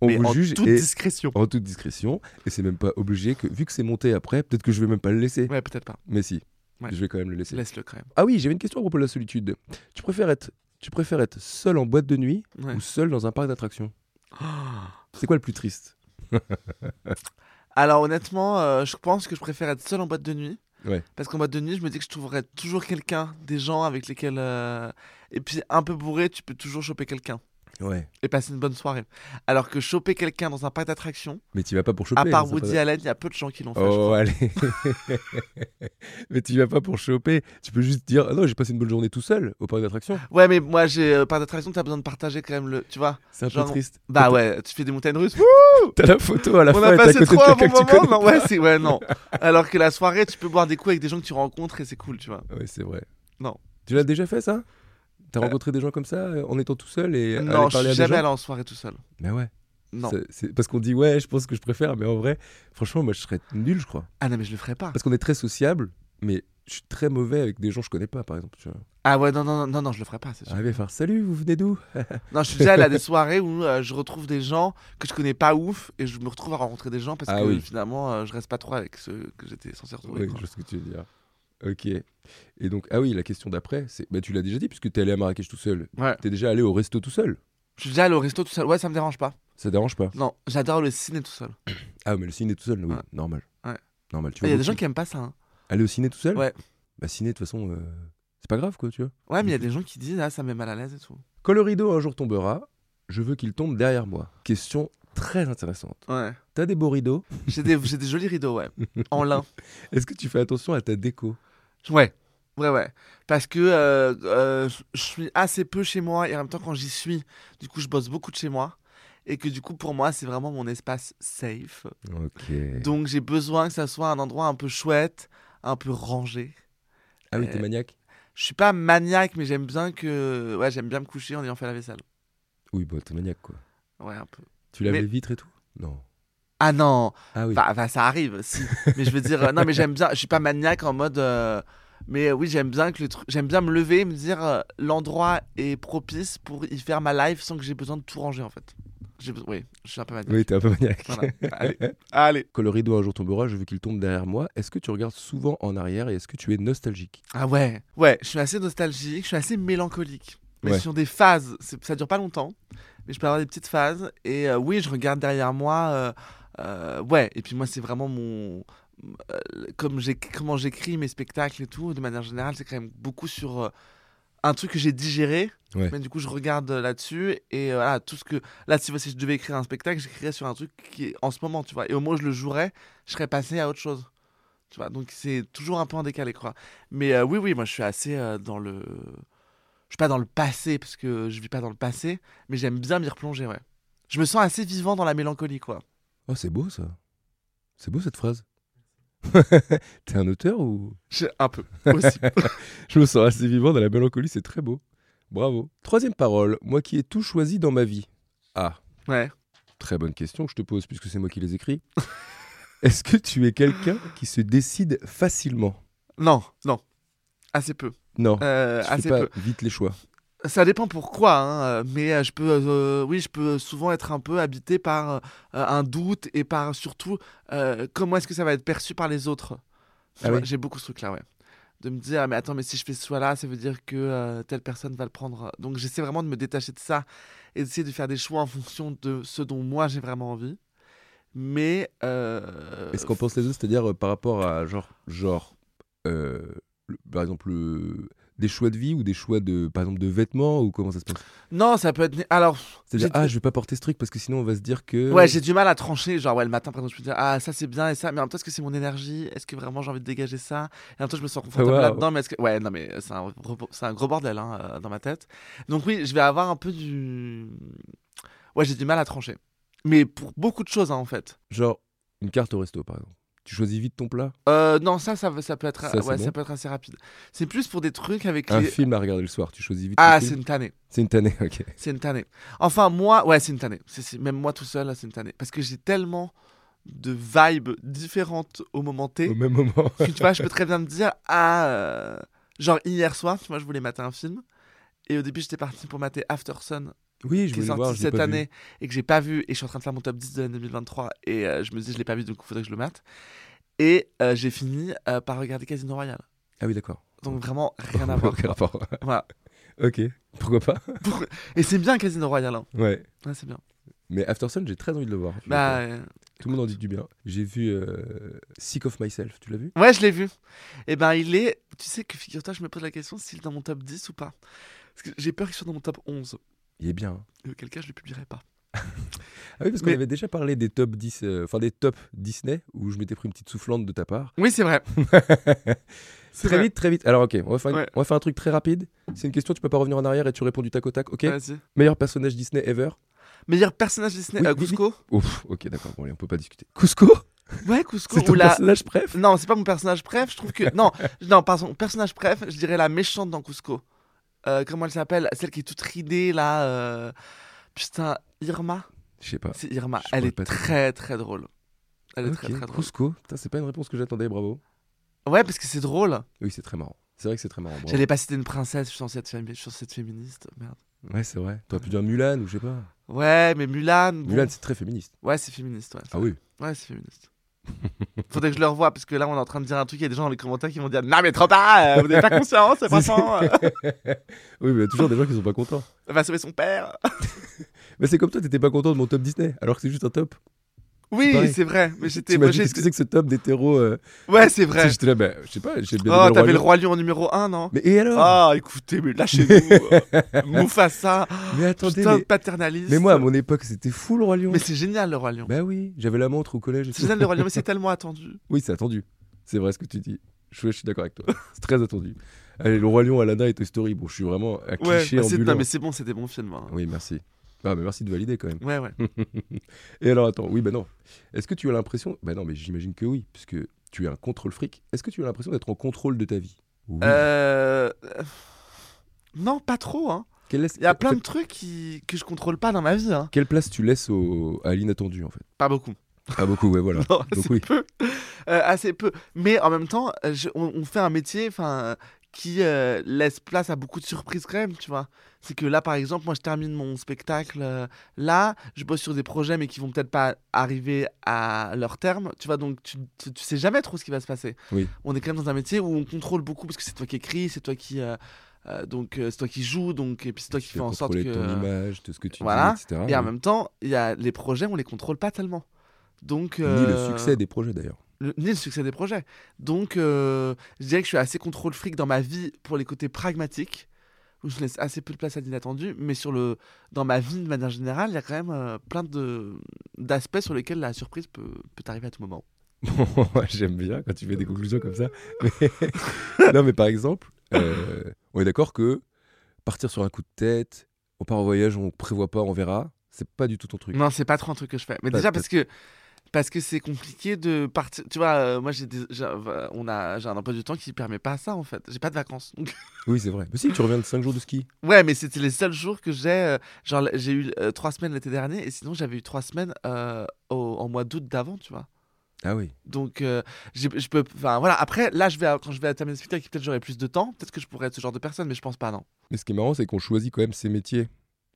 [SPEAKER 3] On
[SPEAKER 4] mais
[SPEAKER 3] vous
[SPEAKER 4] en
[SPEAKER 3] juge
[SPEAKER 4] toute
[SPEAKER 3] et
[SPEAKER 4] discrétion.
[SPEAKER 3] en toute discrétion. Et c'est même pas obligé que, vu que c'est monté après, peut-être que je vais même pas le laisser.
[SPEAKER 4] Ouais, peut-être pas.
[SPEAKER 3] Mais si,
[SPEAKER 4] Ouais.
[SPEAKER 3] je vais quand même le laisser.
[SPEAKER 4] Laisse-le quand même.
[SPEAKER 3] Ah oui, j'avais une question à propos de la solitude. Tu préfères être, tu préfères être seul en boîte de nuit
[SPEAKER 4] Ouais. Oh.
[SPEAKER 3] ou seul dans un parc d'attractions C'est quoi le plus triste
[SPEAKER 4] Alors honnêtement, euh, je pense que je préfère être seul en boîte de nuit.
[SPEAKER 3] Ouais.
[SPEAKER 4] Parce qu'en boîte de nuit, je me dis que je trouverai toujours quelqu'un, des gens avec lesquels... euh, Et puis un peu bourré, tu peux toujours choper quelqu'un
[SPEAKER 3] Ouais.
[SPEAKER 4] et passer une bonne soirée. Alors que choper quelqu'un dans un parc d'attractions,
[SPEAKER 3] Mais tu vas pas pour choper.
[SPEAKER 4] à part
[SPEAKER 3] hein, ça
[SPEAKER 4] Woody
[SPEAKER 3] va-
[SPEAKER 4] Allen, il y a peu de gens qui l'ont fait. je
[SPEAKER 3] Oh
[SPEAKER 4] crois.
[SPEAKER 3] allez. Mais tu vas pas pour choper. Tu peux juste dire ah non j'ai passé une bonne journée tout seul au parc d'attractions.
[SPEAKER 4] Ouais, mais moi, j'ai euh, parc d'attraction, t'as besoin de partager quand même le... Tu vois
[SPEAKER 3] C'est un peu
[SPEAKER 4] Genre,
[SPEAKER 3] triste.
[SPEAKER 4] Bah ouais, tu fais des montagnes russes.
[SPEAKER 3] Ah, T'as la photo à la
[SPEAKER 4] On
[SPEAKER 3] fin.
[SPEAKER 4] a
[SPEAKER 3] et t'es à
[SPEAKER 4] passé
[SPEAKER 3] côté de
[SPEAKER 4] trop un
[SPEAKER 3] quelqu'un
[SPEAKER 4] bon
[SPEAKER 3] que tu
[SPEAKER 4] moment.
[SPEAKER 3] connais
[SPEAKER 4] Non, ouais, c'est... ouais, non. Alors que la soirée, tu peux boire des coups avec des gens que tu rencontres et c'est cool, tu vois.
[SPEAKER 3] pas. Ouais c'est vrai.
[SPEAKER 4] Non.
[SPEAKER 3] Tu l'as déjà fait ça T'as rencontré des gens comme ça euh, en étant tout seul et aller
[SPEAKER 4] non,
[SPEAKER 3] parler
[SPEAKER 4] je suis
[SPEAKER 3] à des
[SPEAKER 4] jamais
[SPEAKER 3] gens
[SPEAKER 4] allé en soirée tout seul.
[SPEAKER 3] Mais ouais.
[SPEAKER 4] Non.
[SPEAKER 3] C'est- c'est- parce qu'on dit ouais, je pense que je préfère, mais en vrai, franchement, moi je serais nul, je crois.
[SPEAKER 4] Ah non, mais je le ferais pas.
[SPEAKER 3] Parce qu'on est très sociable, mais je suis très mauvais avec des gens que je connais pas, par exemple. Tu vois.
[SPEAKER 4] Ah ouais, non, non, non, non, non, je le ferai pas, c'est sûr.
[SPEAKER 3] Arriver à faire salut, vous venez d'où
[SPEAKER 4] Non, je suis déjà allé à des soirées où euh, je retrouve des gens que je connais pas ouf et je me retrouve à rencontrer des gens parce
[SPEAKER 3] Ah
[SPEAKER 4] que
[SPEAKER 3] oui.
[SPEAKER 4] finalement, euh, je reste pas trop avec ceux que j'étais censé retrouver.
[SPEAKER 3] Ouais,
[SPEAKER 4] quoi.
[SPEAKER 3] je vois ce que tu veux dire. Ok. Et donc, ah oui, la question d'après, c'est. Bah, tu l'as déjà dit, puisque t'es allé à Marrakech tout seul.
[SPEAKER 4] Ouais.
[SPEAKER 3] T'es déjà allé au resto tout seul.
[SPEAKER 4] Je suis déjà allé au resto tout seul. Ouais, ça me dérange pas.
[SPEAKER 3] Ça dérange pas
[SPEAKER 4] Non, j'adore le ciné tout seul.
[SPEAKER 3] Ah, mais le ciné tout seul, oui,
[SPEAKER 4] Ouais.
[SPEAKER 3] normal.
[SPEAKER 4] Ouais.
[SPEAKER 3] Normal. Tu
[SPEAKER 4] Il
[SPEAKER 3] vois,
[SPEAKER 4] y a des
[SPEAKER 3] beaucoup-
[SPEAKER 4] gens qui aiment pas ça. hein.
[SPEAKER 3] Aller au ciné tout seul
[SPEAKER 4] Ouais.
[SPEAKER 3] Bah, ciné, de toute façon, euh, C'est pas grave, quoi, tu vois.
[SPEAKER 4] Ouais, mais il y a des gens qui disent, ah, ça me met mal à l'aise et tout.
[SPEAKER 3] Quand le rideau un jour tombera, je veux qu'il tombe derrière moi. Question très intéressante.
[SPEAKER 4] Ouais.
[SPEAKER 3] T'as des beaux rideaux.
[SPEAKER 4] J'ai des, j'ai des jolis rideaux, ouais. En lin.
[SPEAKER 3] Est-ce que tu fais attention à ta déco
[SPEAKER 4] Ouais. Ouais, ouais. Parce que euh, euh, je- je suis assez peu chez moi et en même temps, quand j'y suis, du coup, je bosse beaucoup de chez moi. Et que du coup, pour moi, c'est vraiment mon espace safe.
[SPEAKER 3] Ok.
[SPEAKER 4] Donc, j'ai besoin que ça soit un endroit un peu chouette, un peu rangé.
[SPEAKER 3] Ah oui, t'es
[SPEAKER 4] Euh,
[SPEAKER 3] maniaque
[SPEAKER 4] Je suis pas maniaque, mais j'aime bien que. Ouais, j'aime bien me coucher en ayant fait la vaisselle.
[SPEAKER 3] Oui, bah, t'es maniaque, quoi.
[SPEAKER 4] Ouais, un peu.
[SPEAKER 3] Tu laves
[SPEAKER 4] Mais-
[SPEAKER 3] les vitres et tout Non.
[SPEAKER 4] Ah non,
[SPEAKER 3] Ah oui.
[SPEAKER 4] Enfin, enfin, ça arrive, si. mais je veux dire, euh, non, mais j'aime bien. Je suis pas maniaque en mode. euh, mais euh, oui, j'aime bien que le truc. J'aime bien me lever et me dire euh, l'endroit est propice pour y faire ma live sans que j'ai besoin de tout ranger en fait. J'ai besoin- Oui, je suis un peu maniaque.
[SPEAKER 3] oui, t'es un peu maniaque.
[SPEAKER 4] Voilà. Allez.
[SPEAKER 3] Quand le rideau un jour tombera, je veux qu'il tombe derrière moi. Est-ce que tu regardes souvent en arrière et est-ce que tu es nostalgique
[SPEAKER 4] Ah ouais, ouais. Je suis assez nostalgique, je suis assez mélancolique. Mais
[SPEAKER 3] Ouais.
[SPEAKER 4] sur des phases, c'est- ça dure pas longtemps. Mais je peux avoir des petites phases. Et euh, oui, je regarde derrière moi. euh, euh, ouais. Et puis moi, c'est vraiment mon euh, comme j'ai comment j'écris mes spectacles et tout. De manière générale, c'est quand même beaucoup sur euh, un truc que j'ai digéré.
[SPEAKER 3] Ouais.
[SPEAKER 4] Mais du coup, je regarde euh, là-dessus et euh, voilà tout ce que là, si, si je devais écrire un spectacle, j'écrirais sur un truc qui est en ce moment, tu vois. Et au moment où je le jouerais, je serais passé à autre chose. Tu vois, donc c'est toujours un peu en décalé, quoi. Mais euh, oui, oui, moi je suis assez euh, dans le. Je suis pas dans le passé parce que je vis pas dans le passé, mais j'aime bien m'y replonger, ouais. Je me sens assez vivant dans la mélancolie, quoi.
[SPEAKER 3] Oh, c'est beau ça. C'est beau cette phrase. T'es un auteur ou
[SPEAKER 4] Je- Un peu aussi.
[SPEAKER 3] Je me sens assez vivant dans la mélancolie, c'est très beau. Bravo. Troisième parole, moi qui ai tout choisi dans ma vie. Ah,
[SPEAKER 4] ouais.
[SPEAKER 3] très bonne question que je te pose puisque c'est moi qui les écris. Est-ce que tu es quelqu'un qui se décide facilement
[SPEAKER 4] Non, non. Assez peu.
[SPEAKER 3] Non,
[SPEAKER 4] Euh,
[SPEAKER 3] tu
[SPEAKER 4] assez
[SPEAKER 3] fais pas
[SPEAKER 4] peu.
[SPEAKER 3] vite les choix.
[SPEAKER 4] Ça dépend pourquoi, hein, euh, mais euh, je peux, euh, oui, je peux souvent être un peu habité par euh, un doute et par surtout euh, comment est-ce que ça va être perçu par les autres. Tu
[SPEAKER 3] Ah
[SPEAKER 4] vois,
[SPEAKER 3] oui.
[SPEAKER 4] J'ai beaucoup ce truc-là, ouais. De me dire, Ah, mais attends, mais si je fais ce choix-là, ça veut dire que euh, telle personne va le prendre. Donc j'essaie vraiment de me détacher de ça et d'essayer de faire des choix en fonction de ce dont moi j'ai vraiment envie. Mais. euh,
[SPEAKER 3] Est-ce qu'on pense les autres, c'est-à-dire euh, par rapport à genre, genre euh, le- par exemple, le- des choix de vie ou des choix de, par exemple, de vêtements ou comment ça se passe
[SPEAKER 4] Non, ça peut être. Alors.
[SPEAKER 3] C'est-à-dire,
[SPEAKER 4] j'ai-
[SPEAKER 3] ah, je vais pas porter ce truc parce que sinon on va se dire que.
[SPEAKER 4] Ouais, j'ai du mal à trancher. Genre, ouais, le matin, par exemple, je peux dire, ah, ça c'est bien et ça, mais en même temps, est-ce que c'est mon énergie Est-ce que vraiment j'ai envie de dégager ça Et en même temps, je me sens confortable
[SPEAKER 3] Ah Waouh.
[SPEAKER 4] là-dedans, mais est-ce que. Ouais, non, mais euh, c'est un, gros- c'est un gros bordel hein, euh, dans ma tête. Donc, oui, je vais avoir un peu du. Ouais, j'ai du mal à trancher. Mais pour beaucoup de choses, hein, en fait.
[SPEAKER 3] Genre, une carte au resto, par exemple. Tu choisis vite ton plat
[SPEAKER 4] Euh, non, ça, ça, ça, peut, être,
[SPEAKER 3] Ça, c'est
[SPEAKER 4] ouais,
[SPEAKER 3] bon.
[SPEAKER 4] ça peut être assez rapide. C'est plus pour des trucs avec
[SPEAKER 3] Un
[SPEAKER 4] les.
[SPEAKER 3] film à regarder le soir, tu choisis vite.
[SPEAKER 4] Ah,
[SPEAKER 3] le
[SPEAKER 4] c'est
[SPEAKER 3] film.
[SPEAKER 4] une tannée.
[SPEAKER 3] c'est une tannée, ok.
[SPEAKER 4] C'est une tannée. Enfin, moi, ouais, c'est une tannée. C'est- c'est- même moi tout seul, là, c'est une tannée. Parce que j'ai tellement de vibes différentes au moment T.
[SPEAKER 3] Au même moment.
[SPEAKER 4] Puis, tu vois, je peux très bien me dire, ah, euh, genre hier soir, tu vois, je voulais mater un film. Et au début, j'étais parti pour mater After Sun,
[SPEAKER 3] oui, je
[SPEAKER 4] qui est
[SPEAKER 3] voulais
[SPEAKER 4] sorti
[SPEAKER 3] voir, je l'ai
[SPEAKER 4] cette
[SPEAKER 3] pas
[SPEAKER 4] année et que j'ai pas vu. Et je suis en train de faire mon top 10 de l'année 2023. Et euh, je me dis, je l'ai pas vu, donc il faudrait que je le mate. Et euh, j'ai fini euh, par regarder Casino Royale.
[SPEAKER 3] Vu. Ah oui, d'accord.
[SPEAKER 4] Donc vraiment, rien à
[SPEAKER 3] Aucun
[SPEAKER 4] voir.
[SPEAKER 3] rapport.
[SPEAKER 4] Ah, Voilà.
[SPEAKER 3] ok, pourquoi pas
[SPEAKER 4] Et c'est bien Casino Royale, hein.
[SPEAKER 3] Ouais.
[SPEAKER 4] Ouais, c'est bien.
[SPEAKER 3] Mais After Sun, j'ai très envie de le voir. Je
[SPEAKER 4] Bah,
[SPEAKER 3] le vois.
[SPEAKER 4] euh,
[SPEAKER 3] Tout le monde en dit du bien. J'ai vu euh, Sick of Myself, tu l'as vu
[SPEAKER 4] euh, Ouais, je l'ai vu. Et ben, il est. Tu sais que, figure-toi, je me pose la question s'il est dans mon top 10 ou pas. Parce que j'ai peur qu'il soit dans mon top 11.
[SPEAKER 3] Il est bien. hein.
[SPEAKER 4] Et auquel cas, je le publierai pas.
[SPEAKER 3] Ah oui, parce qu'on
[SPEAKER 4] Mais-
[SPEAKER 3] avait déjà parlé des top 10, euh, enfin des top Disney, où je m'étais pris une petite soufflante de ta part.
[SPEAKER 4] Oui, c'est vrai. C'est
[SPEAKER 3] très
[SPEAKER 4] vrai.
[SPEAKER 3] vite, très vite. Alors, ok, on va, faire une-
[SPEAKER 4] Ouais.
[SPEAKER 3] on va faire un truc très rapide. C'est une question, tu peux pas revenir en arrière et tu réponds du tac au tac, ok
[SPEAKER 4] Vas-y.
[SPEAKER 3] Meilleur personnage Disney ever
[SPEAKER 4] Meilleur personnage Disney.
[SPEAKER 3] Oui,
[SPEAKER 4] euh,
[SPEAKER 3] oui, oui.
[SPEAKER 4] Cusco
[SPEAKER 3] Ouf, ok, d'accord, bon, allez, on peut pas discuter. Cusco
[SPEAKER 4] Ouais, Cusco.
[SPEAKER 3] C'est ton
[SPEAKER 4] ou la-
[SPEAKER 3] personnage, bref
[SPEAKER 4] Non, c'est pas mon personnage préf. Je trouve que. Non, non, pardon. Personnage préf, je dirais la méchante dans Cusco. Euh, comment elle s'appelle Celle qui est toute ridée, là. euh, Putain, Irma.
[SPEAKER 3] Je sais pas.
[SPEAKER 4] C'est Irma.
[SPEAKER 3] Ah, Je
[SPEAKER 4] Elle
[SPEAKER 3] pourrais
[SPEAKER 4] est
[SPEAKER 3] pas te
[SPEAKER 4] très, très drôle. Elle est très,
[SPEAKER 3] Ok,
[SPEAKER 4] très drôle.
[SPEAKER 3] Cusco, Putain, c'est pas une réponse que j'attendais, bravo.
[SPEAKER 4] Ouais, parce que c'est drôle.
[SPEAKER 3] Oui, c'est très marrant. C'est vrai que c'est très marrant. bravo.
[SPEAKER 4] J'allais pas citer une princesse, je suis censé être, fémi- je suis censé être féministe. Merde.
[SPEAKER 3] Ouais, c'est vrai. T'aurais pu dire Mulan ou je sais pas.
[SPEAKER 4] Ouais, mais Mulan. bon.
[SPEAKER 3] Mulan, c'est très féministe.
[SPEAKER 4] Ouais, c'est féministe. Ouais,
[SPEAKER 3] Ah oui.
[SPEAKER 4] ouais c'est féministe. Faudrait que je le revoie parce que là, on est en train de dire un truc. Il y a des gens dans les commentaires qui vont dire Non, mais trop tard, euh, vous n'avez pas conscience, c'est franchement. euh,
[SPEAKER 3] Oui, mais il y a toujours des gens qui sont pas contents.
[SPEAKER 4] elle va sauver son père.
[SPEAKER 3] Mais c'est comme toi, t'étais pas content de mon top Disney, alors que c'est juste un top.
[SPEAKER 4] Oui,
[SPEAKER 3] pareil.
[SPEAKER 4] c'est vrai. Mais j'étais.
[SPEAKER 3] Tu
[SPEAKER 4] moi,
[SPEAKER 3] m'as dit,
[SPEAKER 4] j'ai-
[SPEAKER 3] qu'est-ce que c'est que ce top d'hétéro euh,
[SPEAKER 4] Ouais,
[SPEAKER 3] tu
[SPEAKER 4] c'est
[SPEAKER 3] sais,
[SPEAKER 4] vrai.
[SPEAKER 3] J'étais là, bah, je sais pas, j'ai bien aimé
[SPEAKER 4] Oh,
[SPEAKER 3] le
[SPEAKER 4] t'avais le
[SPEAKER 3] Lion.
[SPEAKER 4] roi lion en numéro 1, non
[SPEAKER 3] Mais et alors
[SPEAKER 4] Ah, écoutez, mais lâchez-nous. Mufasa.
[SPEAKER 3] Mais attendez,
[SPEAKER 4] Putain,
[SPEAKER 3] mais,
[SPEAKER 4] paternaliste.
[SPEAKER 3] mais moi à mon époque c'était fou le Roi Lion.
[SPEAKER 4] Mais c'est génial, le roi lion.
[SPEAKER 3] Bah oui, j'avais la montre au collège. et
[SPEAKER 4] C'est
[SPEAKER 3] tout.
[SPEAKER 4] génial, le roi lion, mais c'est tellement attendu.
[SPEAKER 3] Oui, c'est attendu. C'est vrai ce que tu dis. Je, je suis d'accord avec toi. C'est très attendu. Allez, le Roi Lion, Aladdin et Toy Story. Bon, je suis vraiment un
[SPEAKER 4] Ouais,
[SPEAKER 3] cliché
[SPEAKER 4] bah, c'est-
[SPEAKER 3] ambulant.
[SPEAKER 4] non, mais c'est bon, c'est des bons films. hein.
[SPEAKER 3] Oui, Mhm. merci. Ah, mais merci de valider quand même.
[SPEAKER 4] Ouais, ouais.
[SPEAKER 3] Et alors, attends, oui, bah non. Est-ce que tu as l'impression. Bah non, mais j'imagine que oui, puisque tu es un contrôle fric. Est-ce que tu as l'impression d'être en contrôle de ta vie Oui.
[SPEAKER 4] Euh... euh, Non, pas trop. Hein.
[SPEAKER 3] Quelle laisse-
[SPEAKER 4] Il y a plein de
[SPEAKER 3] en fait,
[SPEAKER 4] trucs qui... que je contrôle pas dans ma vie. Hein.
[SPEAKER 3] Quelle place tu laisses au... à l'inattendu, en fait
[SPEAKER 4] Pas beaucoup.
[SPEAKER 3] Ah, beaucoup, ouais, voilà.
[SPEAKER 4] Non,
[SPEAKER 3] Donc,
[SPEAKER 4] assez
[SPEAKER 3] oui.
[SPEAKER 4] peu. Euh, assez peu. Mais en même temps, euh, je- on, on fait un métier enfin, euh, qui euh, laisse place à beaucoup de surprises quand même, tu vois. C'est que là, par exemple, moi, je termine mon spectacle. euh, là, je bosse sur des projets, mais qui vont peut-être pas arriver à leur terme. Tu vois, donc tu, tu, tu sais jamais trop ce qui va se passer.
[SPEAKER 3] Oui.
[SPEAKER 4] On est quand même dans un métier où on contrôle beaucoup, parce que c'est toi qui écris, c'est toi qui... euh, euh, donc euh, c'est toi qui joues, donc, et puis c'est toi qui
[SPEAKER 3] Tu
[SPEAKER 4] fais
[SPEAKER 3] dois
[SPEAKER 4] en sorte que... euh,
[SPEAKER 3] contrôler ton image, tout ce que tu
[SPEAKER 4] voilà.
[SPEAKER 3] dis, etc.
[SPEAKER 4] Et en
[SPEAKER 3] oui.
[SPEAKER 4] même temps, il y a les projets, on les contrôle pas tellement. Donc,
[SPEAKER 3] Ni le
[SPEAKER 4] euh,
[SPEAKER 3] succès des projets, d'ailleurs.
[SPEAKER 4] le- ni le succès des projets. Donc, euh, je dirais que je suis assez contrôle fric dans ma vie pour les côtés pragmatiques, où je laisse assez peu de place à l'inattendu, mais sur le, dans ma vie de manière générale, il y a quand même euh, plein de- d'aspects sur lesquels la surprise peut, peut arriver à tout moment.
[SPEAKER 3] Bon, J'aime bien quand tu fais des conclusions comme ça. Mais- non, mais par exemple, euh, on est d'accord que partir sur un coup de tête, on part en voyage, on prévoit pas, on verra, c'est pas du tout ton truc.
[SPEAKER 4] Non, c'est pas trop un truc que je fais. Mais
[SPEAKER 3] Pas-
[SPEAKER 4] déjà
[SPEAKER 3] pas-
[SPEAKER 4] parce que parce que c'est compliqué de partir. Tu vois, euh, moi j'ai des- j'ai- euh, on a j'ai un emploi du temps qui permet pas ça en fait. J'ai pas de vacances. Donc,
[SPEAKER 3] Oui, c'est vrai. Mais si, tu reviens de 5 jours de ski.
[SPEAKER 4] Ouais, mais c'était les seuls jours que j'ai. euh, genre, l- j'ai eu euh, trois semaines l'été dernier, et sinon, j'avais eu trois semaines euh, au- en mois d'août d'avant, tu vois.
[SPEAKER 3] Ah oui.
[SPEAKER 4] Donc, euh, j'ai- je peux. Enfin, voilà. Après, là, je vais, à- quand je vais à terminer ce spectacle, peut-être j'aurai plus de temps. Peut-être que je pourrais être ce genre de personne, mais je pense pas, non.
[SPEAKER 3] Mais ce qui est marrant, c'est qu'on choisit quand même ses métiers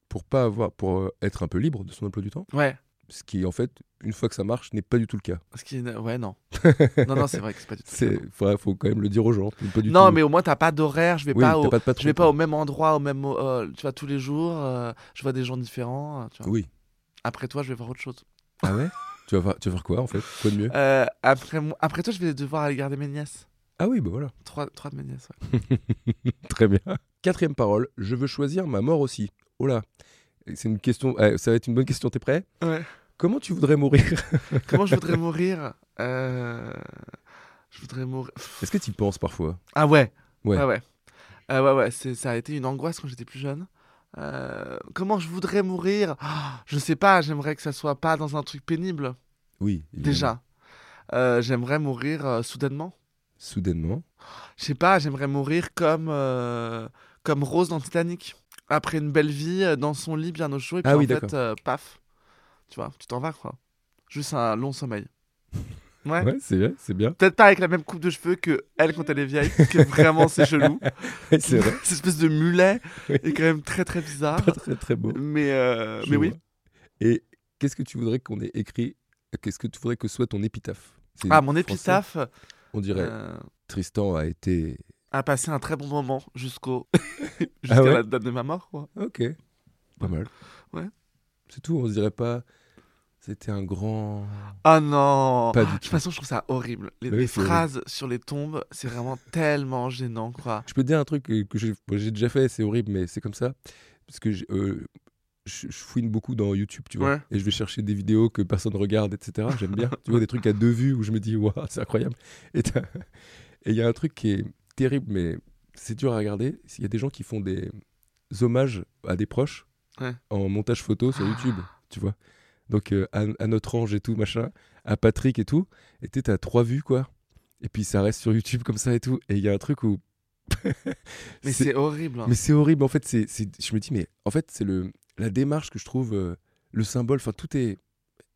[SPEAKER 3] pour pas avoir, pour euh, être un peu libre de son emploi du temps.
[SPEAKER 4] Ouais.
[SPEAKER 3] Ce qui, en fait, une fois que ça marche, n'est pas du tout le cas.
[SPEAKER 4] Parce qu'il y en a- Ouais, non. non, non, c'est vrai que c'est pas du tout. ça,
[SPEAKER 3] C'est,
[SPEAKER 4] non.
[SPEAKER 3] faut, faut quand même le dire aux gens. c'est Pas du
[SPEAKER 4] Non,
[SPEAKER 3] tout-
[SPEAKER 4] mais au moins, t'as pas d'horaire. Je vais
[SPEAKER 3] oui,
[SPEAKER 4] pas
[SPEAKER 3] t'as
[SPEAKER 4] au.
[SPEAKER 3] pas de patron,
[SPEAKER 4] Je vais pas
[SPEAKER 3] quoi.
[SPEAKER 4] au même endroit, au même, euh, tu vois, tous les jours. euh, je vois des gens différents. euh, tu vois.
[SPEAKER 3] Ah Oui.
[SPEAKER 4] Après toi, je vais voir autre chose.
[SPEAKER 3] Ah ouais. tu vas faire, tu vas faire quoi en fait Quoi de mieux
[SPEAKER 4] Euh, après, mon- après toi, je vais devoir aller garder mes nièces.
[SPEAKER 3] Ah oui, bah voilà.
[SPEAKER 4] Trois, trois de mes nièces. ouais.
[SPEAKER 3] Très bien. Quatrième parole, je veux choisir ma mort aussi. Oh là, c'est une question. eh, ça va être une bonne question. T'es prêt
[SPEAKER 4] Ouais.
[SPEAKER 3] Comment tu voudrais mourir
[SPEAKER 4] Comment je voudrais mourir Euh, Je voudrais mourir. Pff,
[SPEAKER 3] Est-ce que tu penses parfois
[SPEAKER 4] Ah ouais.
[SPEAKER 3] Ouais.
[SPEAKER 4] Ah ouais. Ah ouais, ouais, c'est- ça a été une angoisse quand j'étais plus jeune. Euh, comment je voudrais mourir Ah, Je sais pas, j'aimerais que ça soit pas dans un truc pénible,
[SPEAKER 3] Oui. évidemment.
[SPEAKER 4] déjà. Euh, j'aimerais mourir euh, soudainement.
[SPEAKER 3] Soudainement.
[SPEAKER 4] Je sais pas, j'aimerais mourir comme, euh, comme Rose dans Titanic. Après une belle vie, euh, dans son lit bien au chaud, et puis
[SPEAKER 3] Ah oui,
[SPEAKER 4] en fait,
[SPEAKER 3] d'accord.
[SPEAKER 4] euh, paf. Tu vois, tu t'en vas quoi. Juste un long sommeil. Ouais.
[SPEAKER 3] Ouais, c'est bien, c'est bien.
[SPEAKER 4] Peut-être pas avec la même coupe de cheveux que elle quand elle est vieille, parce que vraiment c'est chelou.
[SPEAKER 3] Ouais, c'est vrai.
[SPEAKER 4] Cette espèce de mulet
[SPEAKER 3] Oui.
[SPEAKER 4] est quand même très très bizarre.
[SPEAKER 3] Pas très très beau.
[SPEAKER 4] Mais, Ah. euh,
[SPEAKER 3] Je
[SPEAKER 4] mais
[SPEAKER 3] vois.
[SPEAKER 4] oui.
[SPEAKER 3] Et qu'est-ce que tu voudrais qu'on ait écrit Qu'est-ce que tu voudrais que soit ton épitaphe C'est
[SPEAKER 4] Ah, mon
[SPEAKER 3] français.
[SPEAKER 4] épitaphe
[SPEAKER 3] On dirait
[SPEAKER 4] euh,
[SPEAKER 3] Tristan a été.
[SPEAKER 4] a passé un très bon moment jusqu'au jusqu'à
[SPEAKER 3] Ah ouais
[SPEAKER 4] la date de ma mort. Quoi.
[SPEAKER 3] Ok. Pas mal.
[SPEAKER 4] Ouais.
[SPEAKER 3] C'est tout. On se dirait pas. C'était un grand.
[SPEAKER 4] Ah non
[SPEAKER 3] Pas
[SPEAKER 4] De
[SPEAKER 3] du
[SPEAKER 4] toute
[SPEAKER 3] tout.
[SPEAKER 4] façon, je trouve ça horrible. Les,
[SPEAKER 3] Bah oui,
[SPEAKER 4] les
[SPEAKER 3] c'est horrible.
[SPEAKER 4] phrases sur les tombes, c'est vraiment tellement gênant, quoi.
[SPEAKER 3] Je peux te dire un truc que, que j'ai bon, j'ai déjà fait, c'est horrible, mais c'est comme ça. Parce que j'ai, euh, je, je fouine beaucoup dans YouTube, tu vois.
[SPEAKER 4] Ouais.
[SPEAKER 3] Et je vais chercher des vidéos que personne regarde, etc. J'aime bien. tu vois, des trucs à deux vues où je me dis, waouh, c'est incroyable. Et t'as- et il y a un truc qui est terrible, mais c'est dur à regarder. Il y a des gens qui font des hommages à des proches
[SPEAKER 4] Ouais.
[SPEAKER 3] en montage photo
[SPEAKER 4] Ah.
[SPEAKER 3] sur YouTube, tu vois. Donc euh, à, à notre ange et tout, machin, à Patrick et tout. Et tu sais, t'as trois vues, quoi. Et puis ça reste sur YouTube comme ça et tout. Et il y a un truc où.
[SPEAKER 4] Mais
[SPEAKER 3] c'est-
[SPEAKER 4] c'est horrible. hein.
[SPEAKER 3] mais c'est horrible, en fait, c'est, c'est- je me dis, mais en fait, c'est le, la démarche que je trouve, euh, le symbole, enfin, tout est...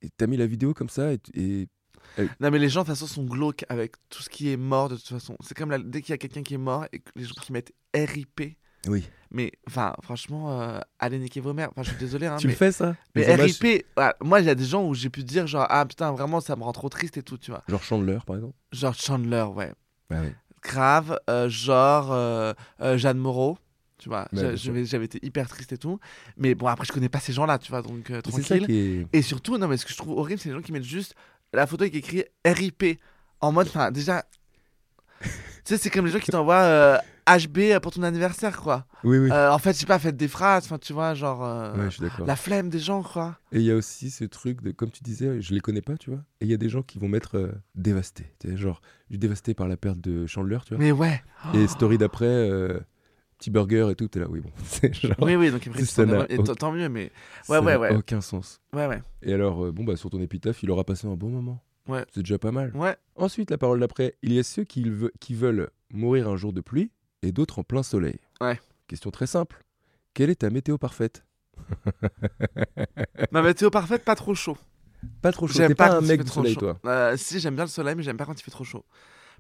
[SPEAKER 3] et T'as mis la vidéo comme ça, et, tu- et-
[SPEAKER 4] Non, mais les gens, de toute façon, sont glauques avec tout ce qui est mort, de toute façon. C'est comme la- dès qu'il y a quelqu'un qui est mort et que les gens qui mettent RIP.
[SPEAKER 3] Oui.
[SPEAKER 4] Mais, enfin, franchement, euh, allez niquer vos mères. Enfin, je suis désolé, hein,
[SPEAKER 3] tu le
[SPEAKER 4] mais,
[SPEAKER 3] fais, ça
[SPEAKER 4] mais
[SPEAKER 3] Les hommages,
[SPEAKER 4] RIP, voilà, ah, moi, il y a des gens où j'ai pu dire, genre, ah putain, vraiment, ça me rend trop triste et tout, tu vois.
[SPEAKER 3] Genre Chandler, par exemple.
[SPEAKER 4] Genre Chandler, ouais.
[SPEAKER 3] Ah oui.
[SPEAKER 4] Grave, euh, genre euh, euh, Jeanne Moreau. tu vois.
[SPEAKER 3] Ouais,
[SPEAKER 4] J'a-
[SPEAKER 3] bien sûr.
[SPEAKER 4] J'avais j'avais été hyper triste et tout. Mais bon, après, je connais pas ces gens-là, tu vois, donc euh,
[SPEAKER 3] Mais C'est ça
[SPEAKER 4] tranquille.
[SPEAKER 3] qui est.
[SPEAKER 4] Et surtout, non, mais ce que je trouve horrible, c'est les gens qui mettent juste la photo avec écrit RIP en mode, enfin, déjà. tu sais, c'est comme les gens qui t'envoient euh, HB pour ton anniversaire, quoi.
[SPEAKER 3] Oui, oui.
[SPEAKER 4] Euh, en fait, je sais pas, faites des phrases, enfin, tu vois, genre. euh,
[SPEAKER 3] Ouais, je suis d'accord.
[SPEAKER 4] la flemme des gens, quoi.
[SPEAKER 3] Et il y a aussi ce truc de, comme tu disais, je les connais pas, tu vois. Et il y a des gens qui vont mettre euh, dévasté. Tu sais, genre, je suis dévasté par la perte de Chandler, tu vois.
[SPEAKER 4] Mais ouais.
[SPEAKER 3] Et story d'après, euh, petit burger et tout, t'es là, oui, bon. C'est genre.
[SPEAKER 4] Oui, oui, donc après,
[SPEAKER 3] Ça
[SPEAKER 4] tu t'en
[SPEAKER 3] n'a
[SPEAKER 4] dévoiles- et
[SPEAKER 3] aucun-
[SPEAKER 4] tant- tant mieux, mais
[SPEAKER 3] ça
[SPEAKER 4] ouais,
[SPEAKER 3] n'a
[SPEAKER 4] ouais.
[SPEAKER 3] Aucun sens.
[SPEAKER 4] ouais, ouais.
[SPEAKER 3] Et alors, euh, bon, bah, sur ton épitaphe, il aura passé un bon moment.
[SPEAKER 4] Ouais.
[SPEAKER 3] C'est déjà pas mal.
[SPEAKER 4] Ouais,
[SPEAKER 3] Ensuite, la parole d'après, il y a ceux qui, ve- qui veulent mourir un jour de pluie et d'autres en plein soleil.
[SPEAKER 4] Ouais.
[SPEAKER 3] Question très simple. Quelle est ta météo parfaite
[SPEAKER 4] ma météo parfaite, pas trop chaud.
[SPEAKER 3] Pas trop chaud.
[SPEAKER 4] J'aime
[SPEAKER 3] T'es
[SPEAKER 4] pas,
[SPEAKER 3] pas, un
[SPEAKER 4] quand il
[SPEAKER 3] mec
[SPEAKER 4] fait
[SPEAKER 3] du
[SPEAKER 4] trop
[SPEAKER 3] soleil,
[SPEAKER 4] chaud.
[SPEAKER 3] toi.
[SPEAKER 4] Euh, Si, j'aime bien le soleil, mais j'aime pas quand il fait trop chaud.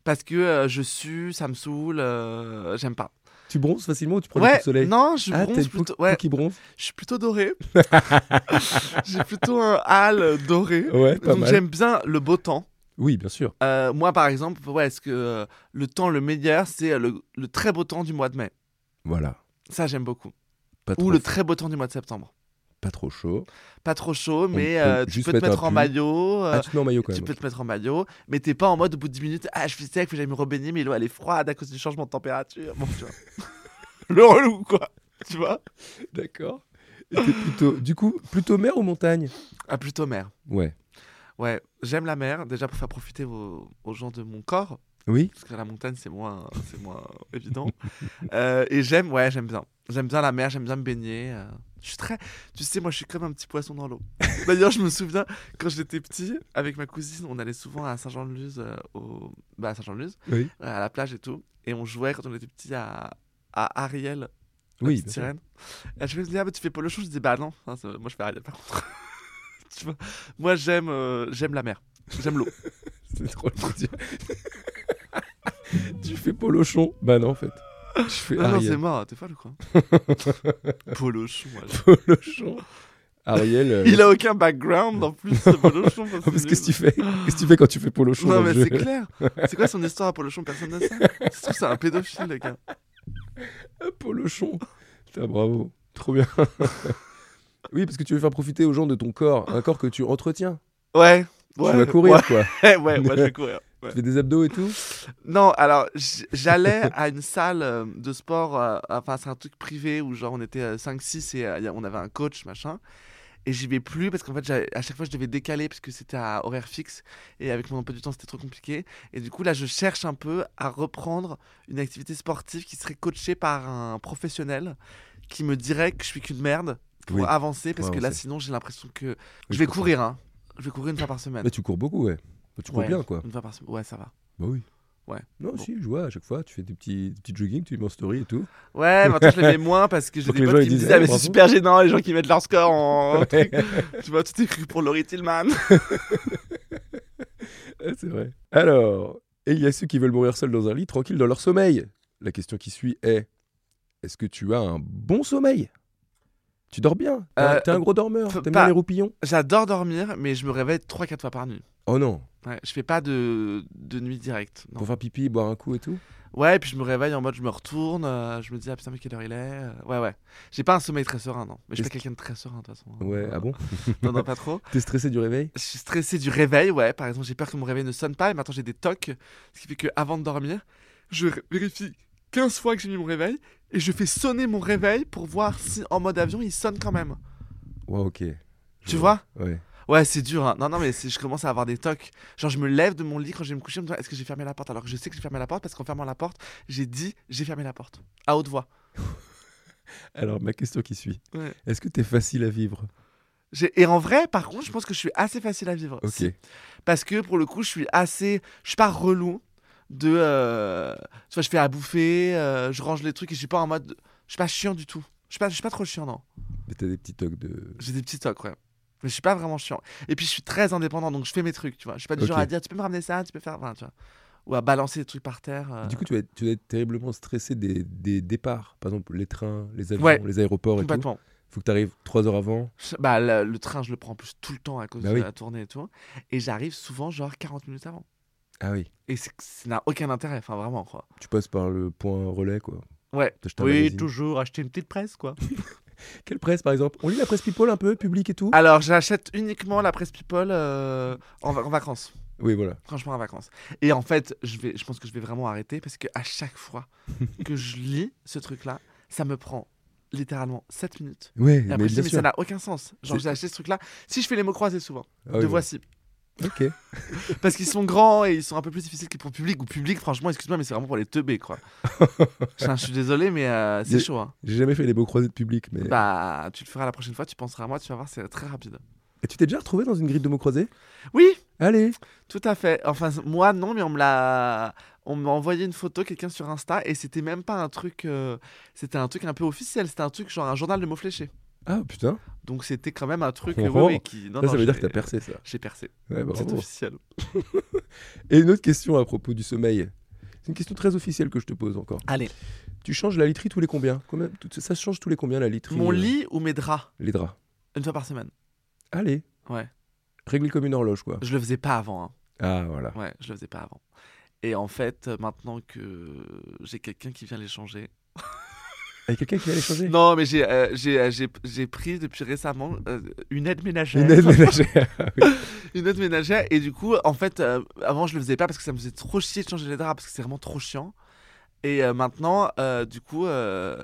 [SPEAKER 4] Parce que euh, je sue, ça me saoule, euh, j'aime pas.
[SPEAKER 3] Tu bronzes facilement ou tu prends le
[SPEAKER 4] ouais,
[SPEAKER 3] soleil
[SPEAKER 4] non, je
[SPEAKER 3] Ah, t'es
[SPEAKER 4] bronze
[SPEAKER 3] le pou-
[SPEAKER 4] plutôt. Ouais,
[SPEAKER 3] qui bronze
[SPEAKER 4] je suis plutôt doré. J'ai plutôt un hâle doré.
[SPEAKER 3] Ouais, pas
[SPEAKER 4] Donc
[SPEAKER 3] mal.
[SPEAKER 4] j'aime bien le beau temps.
[SPEAKER 3] Oui, bien sûr.
[SPEAKER 4] Euh, moi, par exemple, ouais, est-ce que euh, le temps le meilleur, c'est euh, le, le très beau temps du mois de mai.
[SPEAKER 3] Voilà.
[SPEAKER 4] Ça, j'aime beaucoup.
[SPEAKER 3] Pas trop,
[SPEAKER 4] Ou le très beau temps du mois de septembre.
[SPEAKER 3] pas trop chaud.
[SPEAKER 4] Pas trop chaud, mais
[SPEAKER 3] peut
[SPEAKER 4] euh, tu
[SPEAKER 3] juste
[SPEAKER 4] peux te
[SPEAKER 3] mettre un
[SPEAKER 4] mettre en
[SPEAKER 3] pull.
[SPEAKER 4] maillot. euh,
[SPEAKER 3] ah, tu te mets en maillot quand
[SPEAKER 4] tu
[SPEAKER 3] même.
[SPEAKER 4] peux te mettre en maillot, mais t'es pas en mode au bout de 10 minutes, ah je suis sec, faut que j'aille me rebaigner, mais l'eau elle est froide à cause du changement de température. Bon, tu vois. le relou quoi, tu vois.
[SPEAKER 3] D'accord. Et t'es plutôt, du coup, plutôt mer ou montagne
[SPEAKER 4] Ah, plutôt mer.
[SPEAKER 3] Ouais.
[SPEAKER 4] Ouais, j'aime la mer, déjà pour faire profiter vos- aux gens de mon corps,
[SPEAKER 3] Oui
[SPEAKER 4] parce que la montagne c'est moins, c'est moins évident. Euh, et j'aime, ouais, j'aime bien. J'aime bien la mer, j'aime bien me baigner. euh. Je suis très. Tu sais, moi je suis comme un petit poisson dans l'eau. D'ailleurs, je me souviens quand j'étais petit, avec ma cousine, on allait souvent à Saint-Jean-de-Luz, euh, au... bah, à Saint-Jean-de-Luz.
[SPEAKER 3] Oui.
[SPEAKER 4] Ouais, à la plage et tout. Et on jouait quand on était petit à, à Ariel, la
[SPEAKER 3] Oui.
[SPEAKER 4] petite sirène. Et je me disais, ah, bah, tu fais Polo Show Je dis, bah non, hein, ça- moi je fais Ariel par contre. Tu vois, moi j'aime euh, j'aime la mer, j'aime l'eau.
[SPEAKER 3] C'est drôle de dire. tu fais polochon Bah non, en fait. Je fais
[SPEAKER 4] non, non, c'est
[SPEAKER 3] Ariel.
[SPEAKER 4] mort, t'es folle quoi. Polo Show, moi, je-
[SPEAKER 3] Polochon. Ariel. euh,
[SPEAKER 4] Il a aucun background en plus, ce Polo Show.
[SPEAKER 3] oh, parce que qu'est-ce que tu fais Qu'est-ce que tu fais quand tu fais polochon
[SPEAKER 4] Non,
[SPEAKER 3] dans
[SPEAKER 4] mais
[SPEAKER 3] le jeu
[SPEAKER 4] c'est clair. C'est quoi son histoire à Polo Show Personne ne sait. Ça se trouve, c'est un pédophile, le gars.
[SPEAKER 3] Un polochon. Putain, bravo. Trop bien. oui, parce que tu veux faire profiter aux gens de ton corps, un corps que tu entretiens.
[SPEAKER 4] Ouais. ouais
[SPEAKER 3] tu vas courir, quoi.
[SPEAKER 4] Ouais, ouais, moi je vais courir. ouais.
[SPEAKER 3] Tu fais des abdos et tout
[SPEAKER 4] Non, alors j- j'allais à une salle euh, de sport, euh, enfin c'est un truc privé où genre on était 5-6 et euh, y a- on avait un coach, machin. Et j'y vais plus parce qu'en fait j'avais- à chaque fois je devais décaler parce que c'était à horaire fixe et avec mon emploi du temps c'était trop compliqué. Et du coup là je cherche un peu à reprendre une activité sportive qui serait coachée par un professionnel qui me dirait que je suis qu'une merde pour
[SPEAKER 3] Oui,
[SPEAKER 4] avancer parce que là
[SPEAKER 3] avancer.
[SPEAKER 4] sinon j'ai l'impression que
[SPEAKER 3] Oui,
[SPEAKER 4] je vais
[SPEAKER 3] comprends.
[SPEAKER 4] courir, hein. je vais courir une fois par semaine.
[SPEAKER 3] Là, tu cours beaucoup, ouais. Bah, tu cours
[SPEAKER 4] Ouais,
[SPEAKER 3] bien, quoi.
[SPEAKER 4] Une fois par semaine, ouais ça va.
[SPEAKER 3] Bah oui.
[SPEAKER 4] Ouais.
[SPEAKER 3] Non,
[SPEAKER 4] Bon.
[SPEAKER 3] si, je vois à chaque fois, tu fais des petits, des petits jogging, tu mets en story et tout.
[SPEAKER 4] Ouais, maintenant je les mets moins parce que j'ai
[SPEAKER 3] Pour
[SPEAKER 4] des
[SPEAKER 3] que les
[SPEAKER 4] potes
[SPEAKER 3] gens,
[SPEAKER 4] qui
[SPEAKER 3] ils
[SPEAKER 4] me
[SPEAKER 3] disent,
[SPEAKER 4] disent Ah,
[SPEAKER 3] eh,
[SPEAKER 4] mais c'est
[SPEAKER 3] bravo.
[SPEAKER 4] super gênant les gens qui mettent leur score en truc. Tu vois, tout est cru pour Laurie Tillman.
[SPEAKER 3] Ah, C'est vrai. Alors, et il y a ceux qui veulent mourir seuls dans un lit, tranquilles dans leur sommeil. La question qui suit est est-ce que tu as un bon sommeil Tu dors bien T'es un-
[SPEAKER 4] Euh,
[SPEAKER 3] T'es un gros dormeur
[SPEAKER 4] f-
[SPEAKER 3] T'aimes
[SPEAKER 4] pas-
[SPEAKER 3] bien les roupillons
[SPEAKER 4] J'adore dormir, mais je me réveille 3-4 fois par nuit.
[SPEAKER 3] Oh non
[SPEAKER 4] Ouais, je fais pas de, de nuit directe. non.
[SPEAKER 3] Pour faire pipi, boire un coup et tout
[SPEAKER 4] Ouais, et puis je me réveille en mode je me retourne, euh, je me dis ah putain, mais quelle heure il est euh, Ouais, ouais. J'ai pas un sommeil très serein, non. Mais je suis
[SPEAKER 3] Et-
[SPEAKER 4] pas quelqu'un de très serein de toute façon. hein.
[SPEAKER 3] Ouais, ah bon
[SPEAKER 4] Non, non, pas trop.
[SPEAKER 3] T'es stressé du réveil
[SPEAKER 4] Je suis stressé du réveil, ouais. Par exemple, j'ai peur que mon réveil ne sonne pas et maintenant j'ai des tocs. Ce qui fait que avant de dormir, je ré- vérifie 15 fois que j'ai mis mon réveil et je fais sonner mon réveil pour voir si en mode avion il sonne quand même.
[SPEAKER 3] Ouais, ok. Je
[SPEAKER 4] Tu vois
[SPEAKER 3] Ouais.
[SPEAKER 4] Ouais, c'est dur. hein. Non, non, mais c'est- je commence à avoir des tocs. Genre, je me lève de mon lit quand je vais me coucher. Je me dis, est-ce que j'ai fermé la porte Alors que je sais que j'ai fermé la porte parce qu'en fermant la porte, j'ai dit, j'ai fermé la porte. À haute voix.
[SPEAKER 3] Alors, ma question qui suit
[SPEAKER 4] Ouais.
[SPEAKER 3] est-ce que t'es facile à vivre
[SPEAKER 4] J'ai- Et en vrai, par contre, je pense que je suis assez facile à vivre.
[SPEAKER 3] Ok.
[SPEAKER 4] Si- parce que pour le coup je suis assez je suis pas relou de euh, tu vois je fais à bouffer euh, je range les trucs et je suis pas en mode je suis pas chiant du tout je suis pas je suis pas trop chiant non
[SPEAKER 3] Mais t'as des petits tocs de.
[SPEAKER 4] j'ai des petits tocs ouais mais je suis pas vraiment chiant et puis je suis très indépendant donc je fais mes trucs tu vois je suis pas du
[SPEAKER 3] Ok.
[SPEAKER 4] genre à dire tu peux me ramener ça tu peux faire enfin, tu vois ou à balancer des trucs par terre euh,
[SPEAKER 3] Du coup, tu vas être, tu vas être terriblement stressé des, des départs. Par exemple, les trains, les avions,
[SPEAKER 4] Ouais.
[SPEAKER 3] les aéroports et tout.
[SPEAKER 4] complètement
[SPEAKER 3] Faut que t'arrives trois heures avant.
[SPEAKER 4] Je- bah le, le train je le prends en plus tout le temps à cause
[SPEAKER 3] Bah
[SPEAKER 4] de
[SPEAKER 3] oui.
[SPEAKER 4] la tournée et tout et j'arrive souvent genre 40 minutes avant
[SPEAKER 3] Ah oui.
[SPEAKER 4] et c'est- ça n'a aucun intérêt enfin vraiment quoi
[SPEAKER 3] Tu passes par le point relais, quoi.
[SPEAKER 4] Ouais.
[SPEAKER 3] T'achètes un
[SPEAKER 5] Oui,
[SPEAKER 3] magazine.
[SPEAKER 5] toujours acheter une petite presse, quoi.
[SPEAKER 3] Quelle presse, par exemple On lit la presse People un peu, public et tout
[SPEAKER 4] Alors, j'achète uniquement la presse People euh, en, va- en vacances.
[SPEAKER 3] Oui, voilà.
[SPEAKER 4] Franchement, en vacances. Et en fait, je, vais, je pense que je vais vraiment arrêter parce que à chaque fois que je lis ce truc-là, ça me prend littéralement 7 minutes.
[SPEAKER 3] Ouais,
[SPEAKER 4] Et
[SPEAKER 3] mais
[SPEAKER 4] après, je dis,
[SPEAKER 3] bien
[SPEAKER 4] mais
[SPEAKER 3] sûr.
[SPEAKER 4] ça n'a aucun sens. Genre,
[SPEAKER 3] C'est-
[SPEAKER 4] j'ai acheté ce truc-là. Si je fais les mots croisés souvent,
[SPEAKER 3] Ah
[SPEAKER 4] de
[SPEAKER 3] oui,
[SPEAKER 4] voici.
[SPEAKER 3] voilà. Ok.
[SPEAKER 4] Parce qu'ils sont grands et ils sont un peu plus difficiles que pour le public. Ou public, franchement, excuse-moi, mais c'est vraiment pour les teubés, quoi. Enfin, je suis désolé, mais euh,
[SPEAKER 3] Mais-
[SPEAKER 4] c'est chaud. hein.
[SPEAKER 3] J'ai jamais fait les beaux croisés de public, mais.
[SPEAKER 4] Bah, tu le feras la prochaine fois, tu penseras à moi, tu vas voir, c'est très rapide.
[SPEAKER 3] Et tu t'es déjà retrouvé dans une grille de mots croisés
[SPEAKER 4] Oui,
[SPEAKER 3] Allez
[SPEAKER 4] tout à fait. Enfin, c- moi, non, mais on me l'a. On m'a envoyé une photo, quelqu'un sur Insta, et c'était même pas un truc. euh, C'était un truc un peu officiel, c'était un truc genre un journal de mots fléchés.
[SPEAKER 3] Ah putain
[SPEAKER 4] Donc c'était quand même un truc.
[SPEAKER 3] Oh,
[SPEAKER 4] euh,
[SPEAKER 3] oh.
[SPEAKER 4] oui, oui, qui... non,
[SPEAKER 3] Ça,
[SPEAKER 4] non,
[SPEAKER 3] ça veut dire que
[SPEAKER 4] j'ai-
[SPEAKER 3] t'as percé ça.
[SPEAKER 4] J'ai percé.
[SPEAKER 3] Ouais,
[SPEAKER 4] C'est
[SPEAKER 3] bravo.
[SPEAKER 4] officiel.
[SPEAKER 3] Et une autre question à propos du sommeil. C'est une question très officielle que je te pose encore.
[SPEAKER 4] Allez.
[SPEAKER 3] Tu changes la literie tous les combien Quand même, tout- Ça se change tous les combien la literie
[SPEAKER 4] Mon
[SPEAKER 3] euh,
[SPEAKER 4] lit ou mes draps
[SPEAKER 3] Les draps.
[SPEAKER 4] Une fois par semaine.
[SPEAKER 3] Allez.
[SPEAKER 4] Ouais.
[SPEAKER 3] Réglé comme une horloge, quoi.
[SPEAKER 4] Je le faisais pas avant. hein.
[SPEAKER 3] Ah, voilà.
[SPEAKER 4] Ouais, je le faisais pas avant. Et en fait, euh, maintenant que j'ai quelqu'un qui vient les changer.
[SPEAKER 3] Et quelqu'un qui va les changer
[SPEAKER 4] Non, mais j'ai euh, j'ai euh, j'ai- j'ai pris depuis récemment euh, une aide ménagère.
[SPEAKER 3] Une aide ménagère. Oui.
[SPEAKER 4] Une aide ménagère. Et du coup, en fait, euh, avant, je le faisais pas parce que ça me faisait trop chier de changer les draps parce que c'est vraiment trop chiant. Et euh, maintenant, euh, du coup, euh,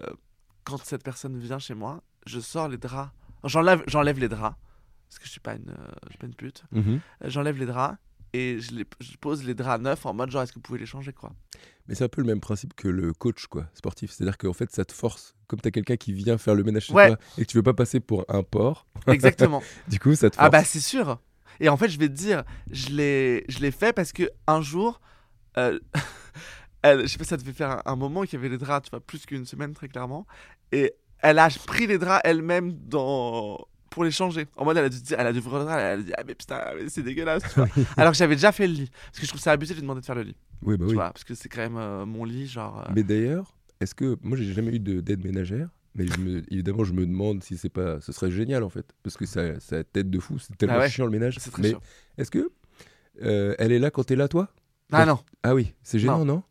[SPEAKER 4] quand cette personne vient chez moi, je sors les draps. J'enlève j'enlève les draps parce que je suis pas une, euh, je suis pas une pute.
[SPEAKER 3] Mhm.
[SPEAKER 4] Euh, J'enlève les draps et je, les, je pose les draps neufs en mode genre, est-ce que vous pouvez les changer quoi
[SPEAKER 3] Mais c'est un peu le même principe que le coach quoi, sportif. C'est-à-dire qu'en fait, ça te force. Comme t'as quelqu'un qui vient faire le ménage chez
[SPEAKER 4] Ouais.
[SPEAKER 3] toi et que tu veux pas passer pour un porc,
[SPEAKER 4] Exactement.
[SPEAKER 3] du coup, ça te force.
[SPEAKER 4] Ah bah c'est sûr. Et en fait, je vais te dire, je l'ai, je l'ai fait parce que un jour, euh, elle, je sais pas, ça devait faire un, un moment qu'il y avait les draps, tu vois, plus qu'une semaine très clairement. Et elle a pris les draps elle-même dans pour les changer. En mode, elle a dû, dire- elle a dû ouvrir le drap, elle a dit ah mais putain, mais c'est dégueulasse. tu vois. Alors que j'avais déjà fait le lit, parce que je trouve ça abusé de lui demander de faire le lit,
[SPEAKER 3] Oui, bah
[SPEAKER 4] tu
[SPEAKER 3] oui.
[SPEAKER 4] vois, parce que c'est quand même euh, mon lit, genre. euh,
[SPEAKER 3] Mais d'ailleurs, est-ce que moi j'ai jamais eu de- d'aide ménagère mais je me- évidemment, je me demande si c'est pas, ce serait génial en fait, parce que ça, ça tête de fou, c'est tellement
[SPEAKER 4] Ah ouais.
[SPEAKER 3] chiant le ménage.
[SPEAKER 4] C'est très
[SPEAKER 3] mais
[SPEAKER 4] sûr.
[SPEAKER 3] est-ce que euh, elle est là quand t'es là toi
[SPEAKER 4] Ah non,
[SPEAKER 3] Ah oui, c'est gênant, non,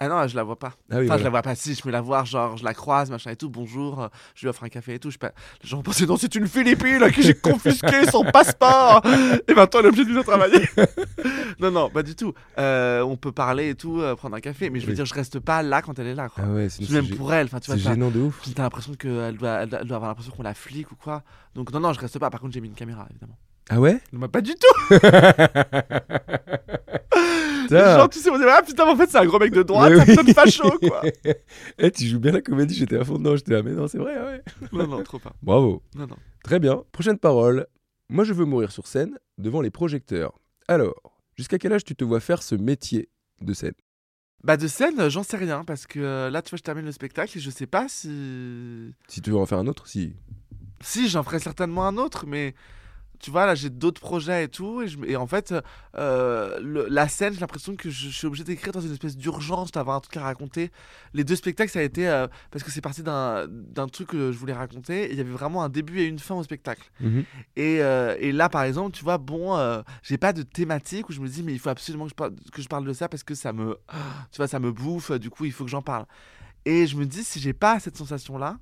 [SPEAKER 4] ah non, je la vois pas.
[SPEAKER 3] Ah oui,
[SPEAKER 4] Enfin,
[SPEAKER 3] voilà.
[SPEAKER 4] je la vois pas. Si, je peux la voir, genre, je la croise, machin et tout. Bonjour, euh, je lui offre un café et tout. Je sais pas. Les gens pensaient, non, c'est une Philippine à qui j'ai confisqué son passeport. Et maintenant, elle est obligée de venir travailler. non, non, pas du tout. Euh, on peut parler et tout, euh, prendre un café. Mais je veux
[SPEAKER 3] Oui.
[SPEAKER 4] dire, je reste pas là quand elle est là. Quoi.
[SPEAKER 3] Ah ouais,
[SPEAKER 4] Je
[SPEAKER 3] sinon,
[SPEAKER 4] suis
[SPEAKER 3] c'est
[SPEAKER 4] même
[SPEAKER 3] gê-
[SPEAKER 4] pour elle. Enfin, tu vois,
[SPEAKER 3] c'est
[SPEAKER 4] t'as
[SPEAKER 3] gênant de ouf.
[SPEAKER 4] t'as l'impression qu'elle doit, elle doit, elle doit avoir l'impression qu'on la flic ou quoi. Donc, non, non, je reste pas. Par contre, j'ai mis une caméra, évidemment.
[SPEAKER 3] Ah ouais
[SPEAKER 4] Non, bah, pas du tout.
[SPEAKER 3] Putain.
[SPEAKER 4] Genre, tu sais, on dit, ah putain, mais en fait, c'est un gros mec de droite,
[SPEAKER 3] Mais
[SPEAKER 4] ça
[SPEAKER 3] oui.
[SPEAKER 4] me donne facho, quoi.
[SPEAKER 3] Eh, tu joues bien la comédie, j'étais à fond dedans, j'étais là, mais non, c'est vrai, ah ouais.
[SPEAKER 4] non, non, trop pas.
[SPEAKER 3] Bravo.
[SPEAKER 4] Non, non.
[SPEAKER 3] Très bien. Prochaine parole. Moi, je veux mourir sur scène devant les projecteurs. Alors, jusqu'à quel âge tu te vois faire ce métier de scène
[SPEAKER 4] Bah de scène, euh, j'en sais rien parce que euh, là tu vois je termine le spectacle et je sais pas si
[SPEAKER 3] Si tu veux en faire un autre, si.
[SPEAKER 4] si j'en ferai certainement un autre mais tu vois là j'ai d'autres projets et tout et, je... et en fait euh, le- la scène j'ai l'impression que je, je suis obligé d'écrire dans une espèce d'urgence d'avoir un truc à raconter. Les deux spectacles ça a été euh, parce que c'est parti d'un d'un truc que je voulais raconter et il y avait vraiment un début et une fin au spectacle.
[SPEAKER 3] Mhm.
[SPEAKER 4] Et, euh, et là, par exemple, tu vois, bon, euh, j'ai pas de thématique où je me dis, mais il faut absolument que je, parle, que je parle de ça parce que ça me, tu vois, ça me bouffe, euh, du coup, il faut que j'en parle. Et je me dis, si j'ai pas cette sensation-là,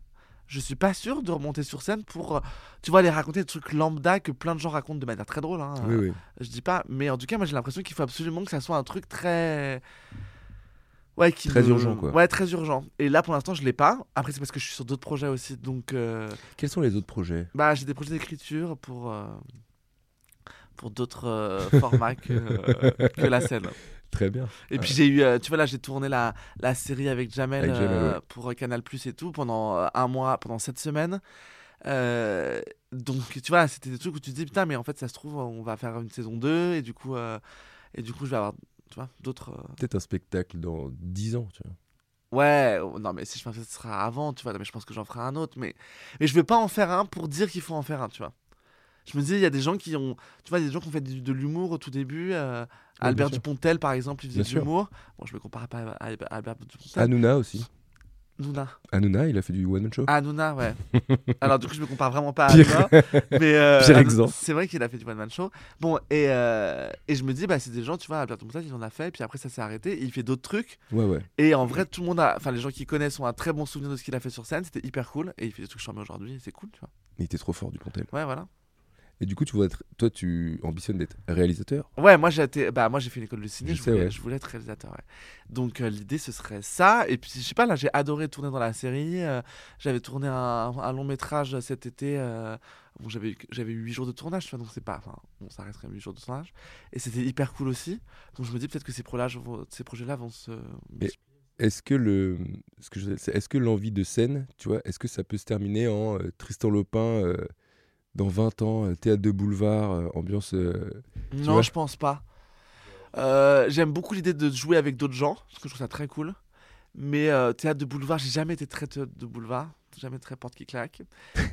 [SPEAKER 4] je suis pas sûr de remonter sur scène pour, euh, tu vois, aller raconter des trucs lambda que plein de gens racontent de manière très drôle. hein,
[SPEAKER 3] Oui,
[SPEAKER 4] euh,
[SPEAKER 3] oui.
[SPEAKER 4] Je dis pas, mais en tout cas, moi, j'ai l'impression qu'il faut absolument que ça soit un truc très. Ouais, qui
[SPEAKER 3] Très
[SPEAKER 4] me-
[SPEAKER 3] urgent, quoi.
[SPEAKER 4] Ouais, très urgent. Et là, pour l'instant, je l'ai pas. Après, c'est parce que je suis sur d'autres projets aussi, donc. euh,
[SPEAKER 3] Quels sont les autres projets
[SPEAKER 4] bah, j'ai des projets d'écriture pour, euh, pour d'autres euh, formats que, euh, que la scène.
[SPEAKER 3] Très bien.
[SPEAKER 4] Et puis j'ai eu, euh, tu vois, là j'ai tourné la, la série avec Jamel,
[SPEAKER 3] Avec Jamel,
[SPEAKER 4] euh, pour euh, Canal Plus et tout pendant euh, un mois, pendant sept semaines. Euh, donc tu vois, c'était des trucs où tu te dis putain, mais en fait ça se trouve, on va faire une saison 2 et du coup, euh, et du coup je vais avoir tu vois, d'autres. euh,
[SPEAKER 3] Peut-être un spectacle dans 10 ans, tu vois.
[SPEAKER 4] Ouais, oh, non, mais si je fais un, ce sera avant, tu vois. non, mais je pense que j'en ferai un autre. Mais, mais je vais pas en faire un pour dire qu'il faut en faire un, tu vois. Je me dis, il y a des gens qui ont. Tu vois, il y a des gens qui ont fait du- de, l'humour au tout début. euh,
[SPEAKER 3] bien
[SPEAKER 4] Albert
[SPEAKER 3] sûr.
[SPEAKER 4] Dupontel, par exemple, il faisait
[SPEAKER 3] Bien
[SPEAKER 4] de
[SPEAKER 3] sûr.
[SPEAKER 4] l'humour. Bon, je me compare pas à, à- à Albert Dupontel.
[SPEAKER 3] Hanouna aussi.
[SPEAKER 4] Nuna.
[SPEAKER 3] Hanouna, il a fait du one man show.
[SPEAKER 4] Ah, Nuna, ouais. Alors, du coup, je me compare vraiment pas à
[SPEAKER 3] Pire.
[SPEAKER 4] toi. Mais euh,
[SPEAKER 3] Pire
[SPEAKER 4] Hanouna-
[SPEAKER 3] exemple.
[SPEAKER 4] C'est vrai qu'il a fait du one-man show. Bon, et, euh, et je me dis, bah, c'est des gens, tu vois, à Platon Moussage, il en a fait, puis après, ça s'est arrêté, et il fait d'autres trucs.
[SPEAKER 3] Ouais, ouais.
[SPEAKER 4] Et en vrai, tout le monde a. Enfin, les gens qui connaissent ont un très bon souvenir de ce qu'il a fait sur scène, c'était hyper cool, et il fait des trucs charmés aujourd'hui, et c'est cool, tu vois.
[SPEAKER 3] Mais il était trop fort, Dupontel.
[SPEAKER 4] Ouais, voilà.
[SPEAKER 3] Et du coup, tu vois être... toi, tu ambitionnes d'être réalisateur.
[SPEAKER 4] Ouais, moi j'ai été- bah moi j'ai fait une école de ciné,
[SPEAKER 3] Je
[SPEAKER 4] je,
[SPEAKER 3] sais,
[SPEAKER 4] voulais,
[SPEAKER 3] ouais.
[SPEAKER 4] je voulais être réalisateur. ouais. Donc euh, l'idée ce serait ça. Et puis je sais pas là, j'ai adoré tourner dans la série. euh, j'avais tourné un, un long métrage cet été. euh, bon, j'avais eu- j'avais eu 8 jours de tournage, tu vois, donc c'est pas, enfin bon, ça reste quand même 8 jours de tournage. Et c'était hyper cool aussi. Donc je me dis peut-être que ces, prolages vont- ces projets-là vont se.
[SPEAKER 3] Est-ce que le, ce que je veux dire, c'est- est-ce que l'envie de scène, tu vois, est-ce que ça peut se terminer en euh, Tristan Lopin euh, dans 20 ans, euh, théâtre de boulevard, euh, ambiance. euh,
[SPEAKER 4] Non,
[SPEAKER 3] vois
[SPEAKER 4] je pense pas. Euh, J'aime beaucoup l'idée de jouer avec d'autres gens, parce que je trouve ça très cool. Mais euh, théâtre de boulevard, j'ai jamais été très théâtre de boulevard, jamais très porte qui claque.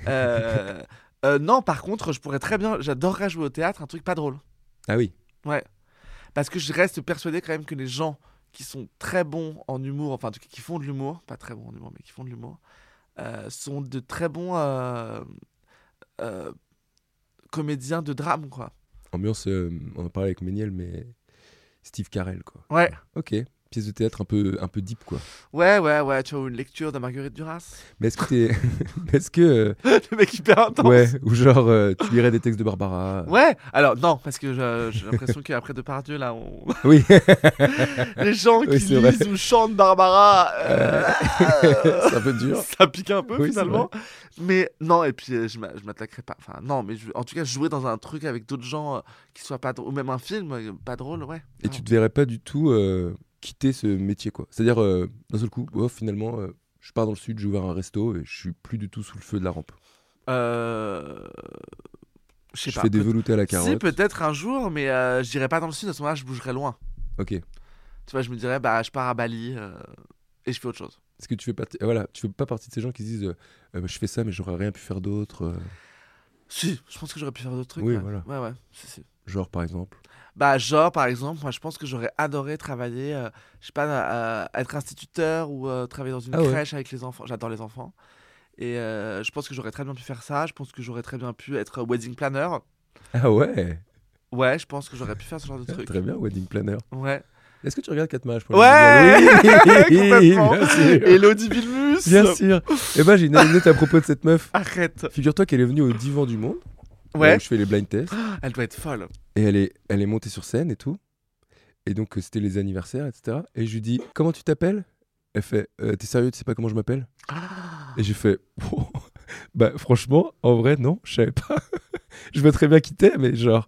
[SPEAKER 4] Euh, euh, non, par contre, je pourrais très bien, j'adorerais jouer au théâtre, un truc pas drôle.
[SPEAKER 3] Ah oui.
[SPEAKER 4] Parce que je reste persuadé quand même que les gens qui sont très bons en humour, enfin en tout cas, qui font de l'humour, pas très bons en humour, mais qui font de l'humour, euh, sont de très bons euh, euh, comédiens de drame, quoi.
[SPEAKER 3] Ambiance, euh, on en parlait avec Méniel, mais Steve Carell, quoi.
[SPEAKER 4] Ouais,
[SPEAKER 3] Ok. Pièce de théâtre un peu, un peu deep, quoi.
[SPEAKER 4] ouais, ouais, ouais, tu vois, une lecture de Marguerite Duras.
[SPEAKER 3] Mais est-ce que t'es- mais est-ce que. euh,
[SPEAKER 4] le mec hyper intense.
[SPEAKER 3] ouais, ou genre, euh, tu lirais des textes de Barbara. euh,
[SPEAKER 4] Ouais, alors non, parce que je- j'ai l'impression qu'après Depardieu, là, on...
[SPEAKER 3] Oui.
[SPEAKER 4] les gens qui
[SPEAKER 3] Oui, c'est
[SPEAKER 4] lisent
[SPEAKER 3] vrai.
[SPEAKER 4] ou chantent Barbara, euh,
[SPEAKER 3] c'est un peu dur.
[SPEAKER 4] ça pique un peu
[SPEAKER 3] Oui, c'est
[SPEAKER 4] finalement. Mais non, et puis euh, je m'a- je m'attaquerai pas. Enfin, non, mais je- en tout cas, jouer dans un truc avec d'autres gens euh, qui soient pas drôles, ou même un film, euh, pas drôle, ouais.
[SPEAKER 3] Et tu te verrais pas du tout euh, quitter ce métier, quoi. C'est-à-dire, euh, d'un seul coup, oh, finalement, euh, je pars dans le sud, j'ai ouvert un resto et je suis plus du tout sous le feu de la rampe.
[SPEAKER 4] Euh... Je
[SPEAKER 3] Je
[SPEAKER 4] sais pas.
[SPEAKER 3] fais des
[SPEAKER 4] peut-
[SPEAKER 3] veloutés à la
[SPEAKER 4] si,
[SPEAKER 3] carotte.
[SPEAKER 4] peut-être un jour, mais euh, je dirais pas dans le sud, à ce moment-là, je bougerai loin.
[SPEAKER 3] ok. Est-ce
[SPEAKER 4] Tu vois, je me dirais, bah, je pars à Bali euh, et je fais autre chose.
[SPEAKER 3] que tu fais partie, euh, voilà, tu fais pas partie de ces gens qui se disent, euh, Euh, je fais ça, mais j'aurais rien pu faire d'autre. euh,
[SPEAKER 4] Si, je pense que j'aurais pu faire d'autres trucs.
[SPEAKER 3] Oui,
[SPEAKER 4] ouais.
[SPEAKER 3] voilà.
[SPEAKER 4] Ouais, ouais, si, si.
[SPEAKER 3] genre, par exemple.
[SPEAKER 4] Bah, genre, par exemple, moi, je pense que j'aurais adoré travailler, euh, je sais pas, euh, être instituteur ou euh, travailler dans une
[SPEAKER 3] Ah ouais.
[SPEAKER 4] crèche avec les enfants. J'adore les enfants. Et euh, je pense que j'aurais très bien pu faire ça. Je pense que j'aurais très bien pu être wedding planner.
[SPEAKER 3] Ah ouais.
[SPEAKER 4] Ouais, je pense que j'aurais pu faire ce genre de truc.
[SPEAKER 3] Ah, Très bien, wedding planner.
[SPEAKER 4] Ouais.
[SPEAKER 3] Est-ce que tu regardes 4 matchs
[SPEAKER 4] Ouais
[SPEAKER 3] Oui,
[SPEAKER 4] Complètement.
[SPEAKER 3] bien sûr.
[SPEAKER 4] Elodie Vilmus
[SPEAKER 3] Bien sûr. Et ben j'ai une anecdote à propos de cette meuf.
[SPEAKER 4] Arrête.
[SPEAKER 3] Figure-toi qu'elle est venue au divan du monde. là
[SPEAKER 4] Ouais,
[SPEAKER 3] Où je fais les blind tests.
[SPEAKER 4] elle doit être folle.
[SPEAKER 3] Et elle est, elle est montée sur scène et tout. Et donc, euh, c'était les anniversaires, etc. Et je lui dis, comment tu t'appelles Elle fait, Euh, t'es sérieux, tu sais pas comment je m'appelle
[SPEAKER 4] Ah.
[SPEAKER 3] Et j'ai fait, Bon, bah franchement, en vrai, non, je savais pas. je me très bien quitter, mais genre,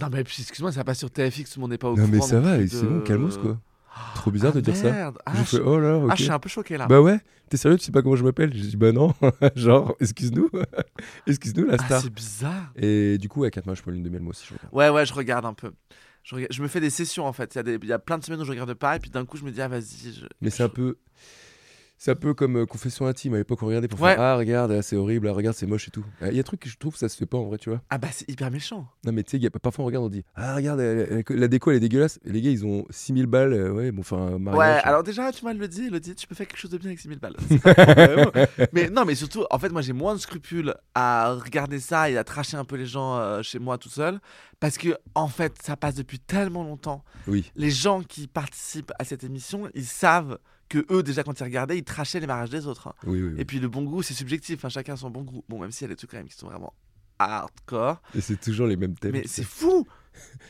[SPEAKER 4] Non, mais puis, excuse-moi, ça passe sur TFX, tout le monde n'est pas au
[SPEAKER 3] non
[SPEAKER 4] courant.
[SPEAKER 3] mais ça
[SPEAKER 4] non
[SPEAKER 3] va,
[SPEAKER 4] plus
[SPEAKER 3] et c'est bon,
[SPEAKER 4] de-
[SPEAKER 3] calmos quoi. Trop bizarre
[SPEAKER 4] Ah,
[SPEAKER 3] de dire ça.
[SPEAKER 4] merde. Ah,
[SPEAKER 3] J'ai
[SPEAKER 4] je-
[SPEAKER 3] fait, oh là,
[SPEAKER 4] ah,
[SPEAKER 3] ok.
[SPEAKER 4] je suis un peu choqué là.
[SPEAKER 3] bah ouais, t'es sérieux, tu sais pas comment je m'appelle J'ai dit, bah non, genre, excuse-nous, excuse-nous la
[SPEAKER 4] Ah,
[SPEAKER 3] star.
[SPEAKER 4] c'est bizarre.
[SPEAKER 3] et du coup, à 4 matchs, je prends lune de miel, moi aussi, je regarde.
[SPEAKER 4] Ouais, ouais, je regarde un peu. Je, rega- je me fais des sessions en fait. Il y, a des- il y a plein de semaines où je regarde pas et puis d'un coup je me dis, ah vas-y. je-
[SPEAKER 3] Mais c'est
[SPEAKER 4] je-
[SPEAKER 3] un peu. C'est un peu comme euh, Confession intime à l'époque, on regardait pour
[SPEAKER 4] Ouais.
[SPEAKER 3] faire Ah, regarde, ah, c'est horrible, ah, regarde, c'est moche et tout. Il y a un truc que je trouve, ça se fait pas en vrai, tu vois.
[SPEAKER 4] Ah bah c'est hyper méchant.
[SPEAKER 3] Non, mais tu sais, y a- parfois on regarde, on dit Ah, regarde, elle- elle- la déco, elle est dégueulasse. Et les gars, ils ont 6000 balles, euh, ouais, bon, enfin, un
[SPEAKER 4] ouais,
[SPEAKER 3] mariage. euh.
[SPEAKER 4] alors déjà, tu m'as le dit, Elodie, tu peux faire quelque chose de bien avec 6000 balles. C'est pas un problème. mais non, mais surtout, en fait, moi j'ai moins de scrupules à regarder ça et à tracher un peu les gens euh, chez moi tout seul parce que en fait, ça passe depuis tellement longtemps.
[SPEAKER 3] Oui,
[SPEAKER 4] Les gens qui participent à cette émission, ils savent que eux, déjà quand ils regardaient, ils trachaient les mariages des autres. hein.
[SPEAKER 3] oui, oui. oui.
[SPEAKER 4] Et puis le bon goût, c'est subjectif, hein, chacun a son bon goût. Bon, même s'il y a des trucs quand même qui sont vraiment hardcore.
[SPEAKER 3] Et c'est toujours les mêmes thèmes.
[SPEAKER 4] Mais
[SPEAKER 3] tu
[SPEAKER 4] c'est
[SPEAKER 3] sais.
[SPEAKER 4] fou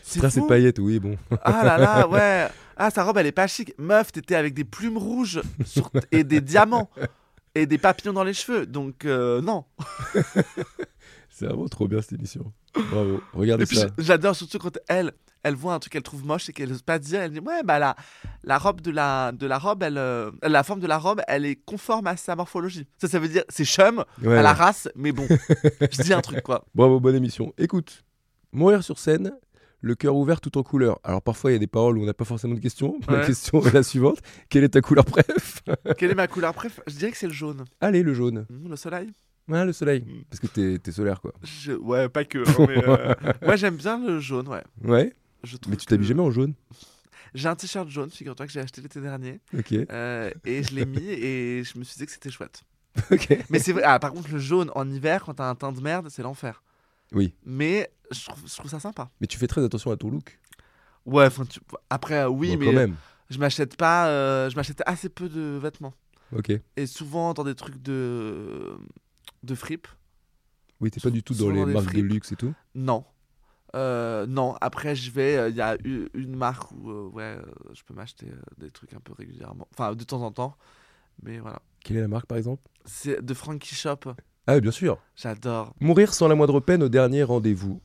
[SPEAKER 4] C'est
[SPEAKER 3] Trace et
[SPEAKER 4] fou
[SPEAKER 3] paillettes, oui, bon.
[SPEAKER 4] Ah là là, ouais Ah, sa robe, elle est pas chic. Meuf, t'étais avec des plumes rouges sur- et des diamants et des papillons dans les cheveux. Donc, euh, non.
[SPEAKER 3] C'est vraiment trop bien cette émission. Bravo. Regardez
[SPEAKER 4] Et puis,
[SPEAKER 3] ça.
[SPEAKER 4] j- j'adore surtout quand elle, elle voit un truc qu'elle trouve moche et qu'elle n'ose pas dire. Elle dit, ouais, bah la, la robe de la, de la robe, elle, euh, la forme de la robe, elle est conforme à sa morphologie. Ça, ça veut dire, c'est chum
[SPEAKER 3] Ouais,
[SPEAKER 4] à la
[SPEAKER 3] ouais.
[SPEAKER 4] race, mais bon. Je dis un truc, quoi.
[SPEAKER 3] Bravo, bonne émission. Écoute, mourir sur scène, le cœur ouvert tout en couleur. Alors parfois, il y a des paroles où on n'a pas forcément de questions. La
[SPEAKER 4] Ouais.
[SPEAKER 3] question est la suivante Quelle est ta couleur préf
[SPEAKER 4] Quelle est ma couleur préf Je dirais que c'est le jaune.
[SPEAKER 3] Allez, le jaune.
[SPEAKER 4] Mmh, le soleil
[SPEAKER 3] Ouais, le soleil.
[SPEAKER 4] Mm.
[SPEAKER 3] Parce que t'es, t'es solaire, quoi.
[SPEAKER 4] Je- Ouais, pas que. hein, mais, euh, Moi, j'aime bien le jaune, ouais.
[SPEAKER 3] Ouais.
[SPEAKER 4] Je trouve
[SPEAKER 3] Mais tu t'habilles
[SPEAKER 4] que-
[SPEAKER 3] jamais en jaune.
[SPEAKER 4] J'ai un t-shirt jaune, figure-toi, que j'ai acheté l'été dernier.
[SPEAKER 3] Ok.
[SPEAKER 4] euh, et je l'ai mis et je me suis dit que c'était chouette.
[SPEAKER 3] Ok.
[SPEAKER 4] Mais c'est vrai. Ah, par contre, le jaune en hiver, quand t'as un teint de merde, c'est l'enfer.
[SPEAKER 3] Oui.
[SPEAKER 4] Mais je trouve, je trouve ça sympa.
[SPEAKER 3] Mais tu fais très attention à ton look.
[SPEAKER 4] Ouais, enfin, tu- après, euh, oui,
[SPEAKER 3] Bon,
[SPEAKER 4] mais
[SPEAKER 3] quand même.
[SPEAKER 4] je m'achète pas. euh, je m'achète assez peu de vêtements.
[SPEAKER 3] Ok.
[SPEAKER 4] Et souvent dans des trucs de. de fripe.
[SPEAKER 3] Oui, t'es pas du tout dans
[SPEAKER 4] Souvent
[SPEAKER 3] les
[SPEAKER 4] dans les
[SPEAKER 3] marques de
[SPEAKER 4] fripes.
[SPEAKER 3] luxe et tout.
[SPEAKER 4] Non. Euh, non, après je vais, euh, il y a u- une marque où euh, ouais, euh, je peux m'acheter euh, des trucs un peu régulièrement, enfin de temps en temps, mais voilà.
[SPEAKER 3] Quelle est la marque, par exemple
[SPEAKER 4] C'est de Frankie Shop,
[SPEAKER 3] Ah, oui, bien sûr.
[SPEAKER 4] j'adore.
[SPEAKER 3] Mourir sans la moindre peine au dernier rendez-vous.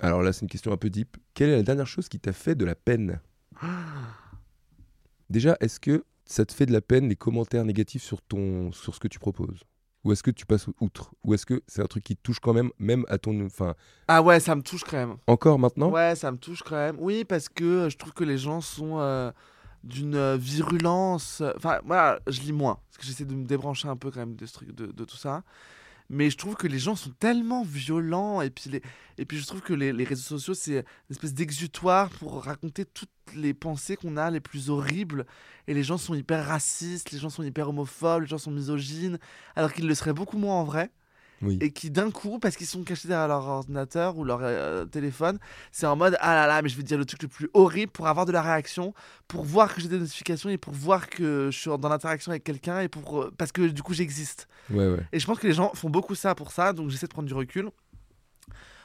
[SPEAKER 3] Alors là, c'est une question un peu deep. Quelle est la dernière chose qui t'a fait de la peine Déjà, est-ce que ça te fait de la peine les commentaires négatifs sur, ton, sur ce que tu proposes Ou est-ce que tu passes outre Ou est-ce que c'est un truc qui te touche quand même, même à ton... Enfin,
[SPEAKER 4] Ah ouais, ça me touche quand même.
[SPEAKER 3] encore maintenant
[SPEAKER 4] Ouais, ça me touche quand même. Oui, parce que euh, je trouve que les gens sont euh, d'une euh, virulence. euh, Enfin, voilà, je lis moins, parce que j'essaie de me débrancher un peu quand même de, ce truc, de, de tout ça. Mais je trouve que les gens sont tellement violents, et puis, les, et puis je trouve que les, les réseaux sociaux, c'est une espèce d'exutoire pour raconter toutes les pensées qu'on a les plus horribles. Et les gens sont hyper racistes, les gens sont hyper homophobes, les gens sont misogynes, alors qu'ils le seraient beaucoup moins en vrai
[SPEAKER 3] Oui.
[SPEAKER 4] et qui d'un coup, parce qu'ils sont cachés derrière leur ordinateur ou leur euh, téléphone, c'est en mode ah là là, mais je vais dire le truc le plus horrible pour avoir de la réaction, pour voir que j'ai des notifications et pour voir que je suis dans l'interaction avec quelqu'un et pour euh, parce que du coup j'existe.
[SPEAKER 3] Ouais, ouais.
[SPEAKER 4] Et je pense que les gens font beaucoup ça pour ça, donc j'essaie de prendre du recul.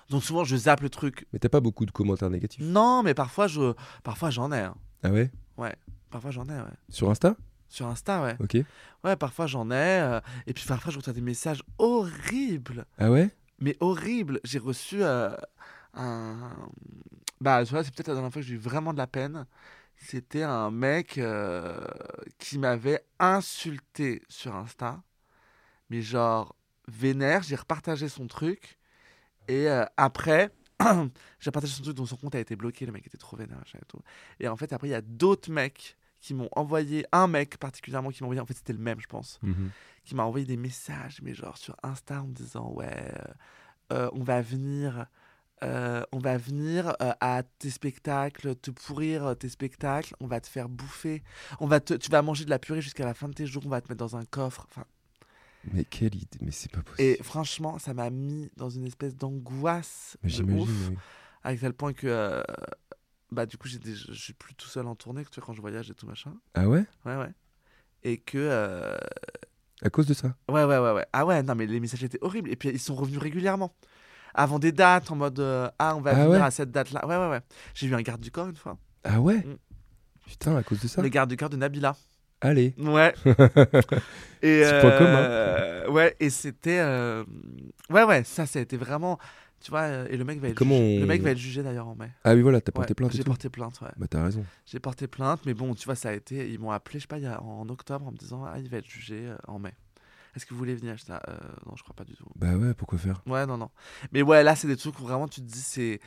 [SPEAKER 4] Donc souvent je zappe le truc.
[SPEAKER 3] Mais t'as pas beaucoup de commentaires négatifs
[SPEAKER 4] Non, mais parfois je, parfois j'en ai, hein.
[SPEAKER 3] Ah ouais
[SPEAKER 4] parfois j'en ai, ouais.
[SPEAKER 3] Sur Insta
[SPEAKER 4] Sur Insta, ouais.
[SPEAKER 3] Ok.
[SPEAKER 4] Ouais, parfois j'en ai. euh, et puis parfois je reçois des messages horribles.
[SPEAKER 3] Ah ouais
[SPEAKER 4] mais horrible. J'ai reçu euh, un. Bah, tu vois, c'est peut-être la dernière fois que j'ai eu vraiment de la peine. C'était un mec euh, qui m'avait insulté sur Insta, mais genre vénère. J'ai repartagé son truc et euh, après. J'ai partagé son truc, donc son compte a été bloqué, le mec était trop vénère, machin et tout. Et en fait, après, il y a d'autres mecs qui m'ont envoyé, un mec particulièrement qui m'a envoyé, en fait, c'était le même, je pense
[SPEAKER 3] Mhm.
[SPEAKER 4] qui m'a envoyé des messages, mais genre sur Insta en me disant ouais, euh, euh, on va venir, euh, on va venir euh, à tes spectacles, te pourrir euh, tes spectacles, on va te faire bouffer, on va te, tu vas manger de la purée jusqu'à la fin de tes jours, on va te mettre dans un coffre. Enfin,
[SPEAKER 3] Mais quelle idée Mais Bah, c'est pas possible.
[SPEAKER 4] et franchement, ça m'a mis dans une espèce d'angoisse
[SPEAKER 3] Mais
[SPEAKER 4] de ouf,
[SPEAKER 3] j'imagine. oui.
[SPEAKER 4] à tel point que euh, bah du coup j'ai des- je je suis plus tout seul en tournée, tu vois, quand je voyage et tout machin.
[SPEAKER 3] Ah ouais
[SPEAKER 4] Ouais ouais. Et que euh,
[SPEAKER 3] À cause de ça
[SPEAKER 4] Ouais, ouais, ouais, ouais. Ah ouais, non, mais les messages étaient horribles. Et puis, ils sont revenus régulièrement. Avant des dates, en mode euh, Ah, on va
[SPEAKER 3] Ah
[SPEAKER 4] venir
[SPEAKER 3] ouais
[SPEAKER 4] à cette date-là. Ouais, ouais, ouais. J'ai vu un garde du corps une fois.
[SPEAKER 3] Ah ouais
[SPEAKER 4] Mm.
[SPEAKER 3] Putain, à cause de ça
[SPEAKER 4] Le garde du corps de Nabila.
[SPEAKER 3] Allez
[SPEAKER 4] Ouais. et,
[SPEAKER 3] C'est point
[SPEAKER 4] euh, Ouais, et c'était. euh, Ouais, ouais, ça, ça a été vraiment. Tu vois, euh, et le mec va être
[SPEAKER 3] Comment
[SPEAKER 4] jugé.
[SPEAKER 3] on-
[SPEAKER 4] Le mec va être jugé d'ailleurs en mai.
[SPEAKER 3] Ah oui, voilà, t'as
[SPEAKER 4] Ouais,
[SPEAKER 3] porté plainte et
[SPEAKER 4] J'ai
[SPEAKER 3] tout.
[SPEAKER 4] porté plainte, ouais.
[SPEAKER 3] Bah t'as raison.
[SPEAKER 4] J'ai porté plainte, mais bon, tu vois, ça a été. Ils m'ont appelé, je sais pas, il y a- en octobre en me disant Ah, il va être jugé euh, en mai. Est-ce que vous voulez venir J'étais là, Euh, Non, je crois pas du tout.
[SPEAKER 3] Bah ouais, pourquoi faire
[SPEAKER 4] Ouais, non, non. Mais ouais, là, c'est des trucs où vraiment tu te dis, c'est.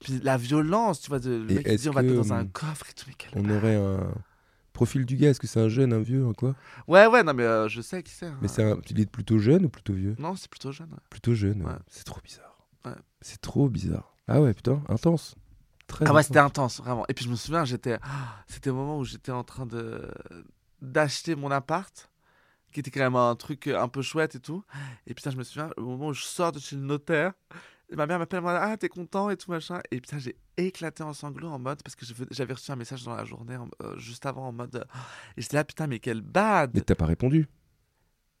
[SPEAKER 4] Puis la violence, tu vois, de, le
[SPEAKER 3] Et
[SPEAKER 4] mec qui
[SPEAKER 3] est-ce
[SPEAKER 4] dit on va te mettre
[SPEAKER 3] que,
[SPEAKER 4] dans un
[SPEAKER 3] hum,
[SPEAKER 4] coffre et tout, mais quel
[SPEAKER 3] On
[SPEAKER 4] bâtard.
[SPEAKER 3] aurait un profil du gars, est-ce que c'est un jeune, un vieux, un quoi
[SPEAKER 4] Ouais, ouais, non, mais euh, je sais qui c'est. hein.
[SPEAKER 3] Mais c'est un... il est plutôt jeune ou plutôt vieux
[SPEAKER 4] Non, c'est plutôt jeune. ouais.
[SPEAKER 3] Plutôt jeune, ouais.
[SPEAKER 4] Ouais.
[SPEAKER 3] c'est trop bizarre.
[SPEAKER 4] Ouais.
[SPEAKER 3] C'est trop bizarre. Ah ouais, putain, intense. Très
[SPEAKER 4] Ah ouais,
[SPEAKER 3] intense.
[SPEAKER 4] c'était intense, vraiment. Et puis je me souviens, j'étais. ah, c'était le moment où j'étais en train de d'acheter mon appart, qui était quand même un truc euh, un peu chouette et tout. Et putain, je me souviens, au moment où je sors de chez le notaire, et ma mère m'appelle, elle me dit, ah, t'es content et tout machin. Et putain, j'ai éclaté en sanglots en mode, parce que je venais- j'avais reçu un message dans la journée, en- euh, juste avant, en mode. euh, et j'étais là, putain, mais quel
[SPEAKER 3] Mais
[SPEAKER 4] bad
[SPEAKER 3] t'as pas répondu.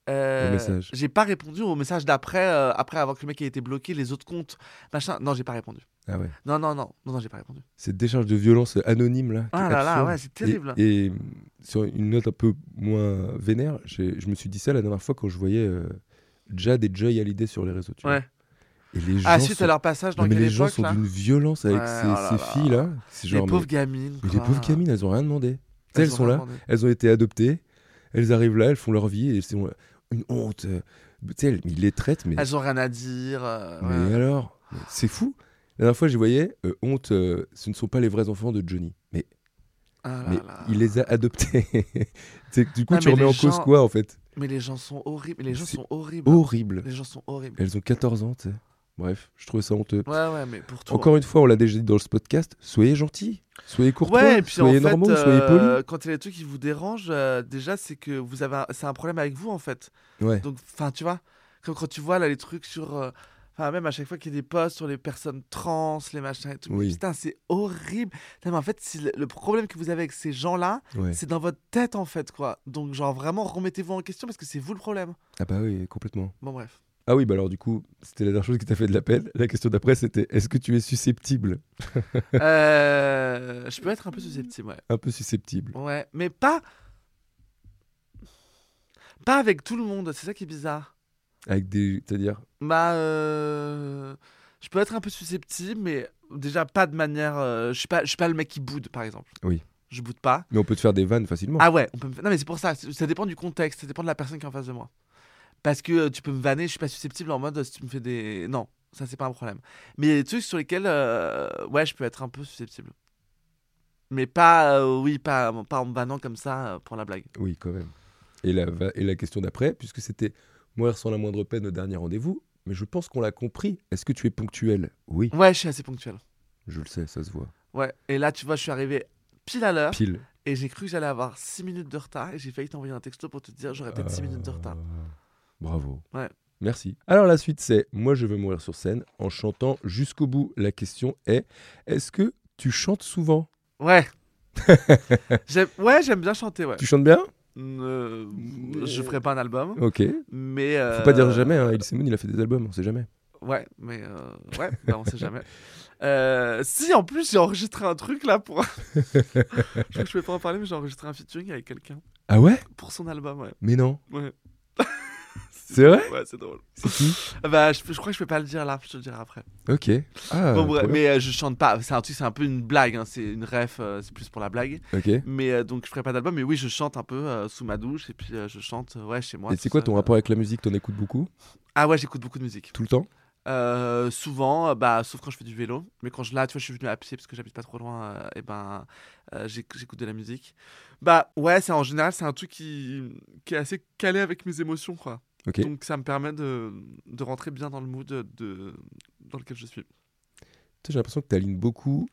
[SPEAKER 4] Euh,
[SPEAKER 3] message.
[SPEAKER 4] J'ai pas répondu au message d'après, euh, après avoir que le mec ait été bloqué, les autres comptes, machin. Non, j'ai pas répondu.
[SPEAKER 3] Ah ouais.
[SPEAKER 4] Non, non, non, non, non j'ai pas répondu.
[SPEAKER 3] Cette décharge de violence anonyme là. qui est
[SPEAKER 4] Ah là là,
[SPEAKER 3] absurde.
[SPEAKER 4] ouais, c'est terrible.
[SPEAKER 3] Et, et, mm, sur une note un peu moins vénère, j'ai- je me suis dit ça la dernière fois quand je voyais euh, Jad et Joy Hallyday sur les réseaux. tu vois.
[SPEAKER 4] Ouais.
[SPEAKER 3] Et les gens
[SPEAKER 4] Ah, suite
[SPEAKER 3] sont-
[SPEAKER 4] à leur passage dans
[SPEAKER 3] Non, mais
[SPEAKER 4] quelle
[SPEAKER 3] les gens
[SPEAKER 4] époque
[SPEAKER 3] sont
[SPEAKER 4] là
[SPEAKER 3] d'une violence avec
[SPEAKER 4] Ouais,
[SPEAKER 3] ces,
[SPEAKER 4] oh là
[SPEAKER 3] ces
[SPEAKER 4] là.
[SPEAKER 3] filles là. C'est
[SPEAKER 4] Les
[SPEAKER 3] genre,
[SPEAKER 4] pauvres
[SPEAKER 3] mais-
[SPEAKER 4] gamines.
[SPEAKER 3] mais les
[SPEAKER 4] quoi.
[SPEAKER 3] pauvres gamines, elles ont rien demandé. Tu sais, Elles,
[SPEAKER 4] ont
[SPEAKER 3] sont là,
[SPEAKER 4] rien demandé.
[SPEAKER 3] elles ont été adoptées, elles arrivent là, elles font leur vie et c'est une honte. euh, Tu sais, elles- ils les traitent, mais,
[SPEAKER 4] Elles ont rien à dire. euh,
[SPEAKER 3] mais
[SPEAKER 4] ouais.
[SPEAKER 3] alors mais C'est fou. La dernière fois, je voyais euh, honte, euh, ce ne sont pas les vrais enfants de Johnny. Mais,
[SPEAKER 4] Ah là
[SPEAKER 3] mais
[SPEAKER 4] là.
[SPEAKER 3] il les a adoptés. Tu sais, du coup,
[SPEAKER 4] Ah,
[SPEAKER 3] tu
[SPEAKER 4] mais
[SPEAKER 3] remets
[SPEAKER 4] les
[SPEAKER 3] en cause
[SPEAKER 4] gens-
[SPEAKER 3] quoi en fait
[SPEAKER 4] Mais les gens sont horribles. Les gens
[SPEAKER 3] C'est
[SPEAKER 4] sont horribles.
[SPEAKER 3] Horrible.
[SPEAKER 4] Les gens sont horribles.
[SPEAKER 3] Elles ont 14 ans, tu sais. Bref, je trouvais ça honteux.
[SPEAKER 4] Ouais, ouais, mais pour tout.
[SPEAKER 3] Encore une fois, on l'a déjà dit dans ce podcast, soyez gentils, soyez courtois,
[SPEAKER 4] ouais, et puis
[SPEAKER 3] soyez
[SPEAKER 4] en fait,
[SPEAKER 3] normaux, soyez polis.
[SPEAKER 4] euh, quand il y a des trucs qui vous dérangent, euh, déjà, c'est que vous avez, un- c'est un problème avec vous en fait.
[SPEAKER 3] Ouais.
[SPEAKER 4] Donc, enfin, tu vois, comme quand tu vois là les trucs sur, euh, enfin, même à chaque fois qu'il y a des posts sur les personnes trans, les machins et tout.
[SPEAKER 3] Oui.
[SPEAKER 4] Putain, c'est horrible. Putain, mais en fait, c'est le- le problème que vous avez avec ces gens-là,
[SPEAKER 3] ouais.
[SPEAKER 4] c'est dans votre tête en fait, quoi. Donc, genre vraiment, remettez-vous en question parce que c'est vous le problème.
[SPEAKER 3] Ah bah oui, complètement.
[SPEAKER 4] Bon, bref.
[SPEAKER 3] Ah oui, bah alors du coup, c'était la dernière chose qui t'a fait de la peine. La question d'après, c'était est-ce que tu es susceptible
[SPEAKER 4] Euh, je peux être un peu susceptible, ouais.
[SPEAKER 3] Un peu susceptible.
[SPEAKER 4] Ouais, mais pas. Pas avec tout le monde, c'est ça qui est bizarre.
[SPEAKER 3] Avec des. C'est-à-dire
[SPEAKER 4] Bah, euh, je peux être un peu susceptible, mais déjà pas de manière. euh, je suis pas, je suis pas le mec qui boude, par exemple.
[SPEAKER 3] Oui.
[SPEAKER 4] Je boude pas.
[SPEAKER 3] Mais on peut te faire des vannes facilement.
[SPEAKER 4] Ah ouais, on peut me... non mais c'est pour ça. c'est- Ça dépend du contexte, ça dépend de la personne qui est en face de moi. Parce que euh, tu peux me vanner, je suis pas susceptible en mode euh, si tu me fais des. Non, ça c'est pas un problème. Mais il y a des trucs sur lesquels, euh, ouais, je peux être un peu susceptible. Mais pas, euh, oui, pas, pas en me vannant comme ça euh, pour la blague.
[SPEAKER 3] Oui, quand même. Et la, va- et la question d'après, puisque c'était mourir sans la moindre peine au dernier rendez-vous, mais je pense qu'on l'a compris. Est-ce que tu es ponctuel Oui,
[SPEAKER 4] Ouais, je suis assez ponctuel.
[SPEAKER 3] je le sais, ça se voit.
[SPEAKER 4] Ouais, et là, tu vois, je suis arrivé pile à l'heure
[SPEAKER 3] Pile.
[SPEAKER 4] et j'ai cru que j'allais avoir 6 minutes de retard et j'ai failli t'envoyer un texto pour te dire j'aurais peut-être 6 minutes de retard.
[SPEAKER 3] Ah, Bravo.
[SPEAKER 4] Ouais.
[SPEAKER 3] Merci. Alors la suite c'est Moi je veux mourir sur scène en chantant jusqu'au bout. La question est Est-ce que tu chantes souvent
[SPEAKER 4] Ouais. j'aime, ouais, j'aime bien chanter, ouais.
[SPEAKER 3] Tu chantes bien
[SPEAKER 4] Euh, je ferai pas un album,
[SPEAKER 3] Ok.
[SPEAKER 4] mais.
[SPEAKER 3] Faut
[SPEAKER 4] euh,
[SPEAKER 3] pas dire jamais, hein. Il Semoun, il a fait des albums, on sait jamais.
[SPEAKER 4] Ouais, mais. euh, ouais, bah, on sait jamais. Euh, si, en plus, j'ai enregistré un truc là pour. je crois que je peux pas en parler, mais j'ai enregistré un featuring avec quelqu'un
[SPEAKER 3] Ah ouais
[SPEAKER 4] pour son album, ouais.
[SPEAKER 3] Mais non.
[SPEAKER 4] Ouais,
[SPEAKER 3] C'est vrai
[SPEAKER 4] ouais c'est drôle.
[SPEAKER 3] C'est qui
[SPEAKER 4] Ah Bah, je, je crois que je peux pas le dire là, je te le dirai après.
[SPEAKER 3] Ok. Ah,
[SPEAKER 4] Bon, bref,
[SPEAKER 3] trop bien.
[SPEAKER 4] mais euh, je chante pas. C'est un truc, c'est un peu une blague. hein, C'est une ref, euh, c'est plus pour la blague.
[SPEAKER 3] Ok.
[SPEAKER 4] Mais euh, donc je ferai pas d'album. Mais oui, je chante un peu euh, sous ma douche et puis euh, je chante euh, ouais chez moi.
[SPEAKER 3] Et c'est
[SPEAKER 4] tout
[SPEAKER 3] quoi
[SPEAKER 4] seul,
[SPEAKER 3] ton
[SPEAKER 4] euh.
[SPEAKER 3] rapport avec la musique T'en écoutes beaucoup
[SPEAKER 4] Ah ouais, j'écoute beaucoup de musique.
[SPEAKER 3] Tout le temps
[SPEAKER 4] Euh, souvent, euh, bah sauf quand je fais du vélo. Mais quand je là, tu vois, je suis venu à pied parce que j'habite pas trop loin. et ben, euh, j'éc- j'écoute de la musique. Bah ouais, c'est en général, c'est un truc qui qui est assez calé avec mes émotions, quoi.
[SPEAKER 3] Ok.
[SPEAKER 4] Donc ça me permet de, de rentrer bien dans le mood de dans lequel je suis.
[SPEAKER 3] Tu sais, J'ai l'impression que tu alignes beaucoup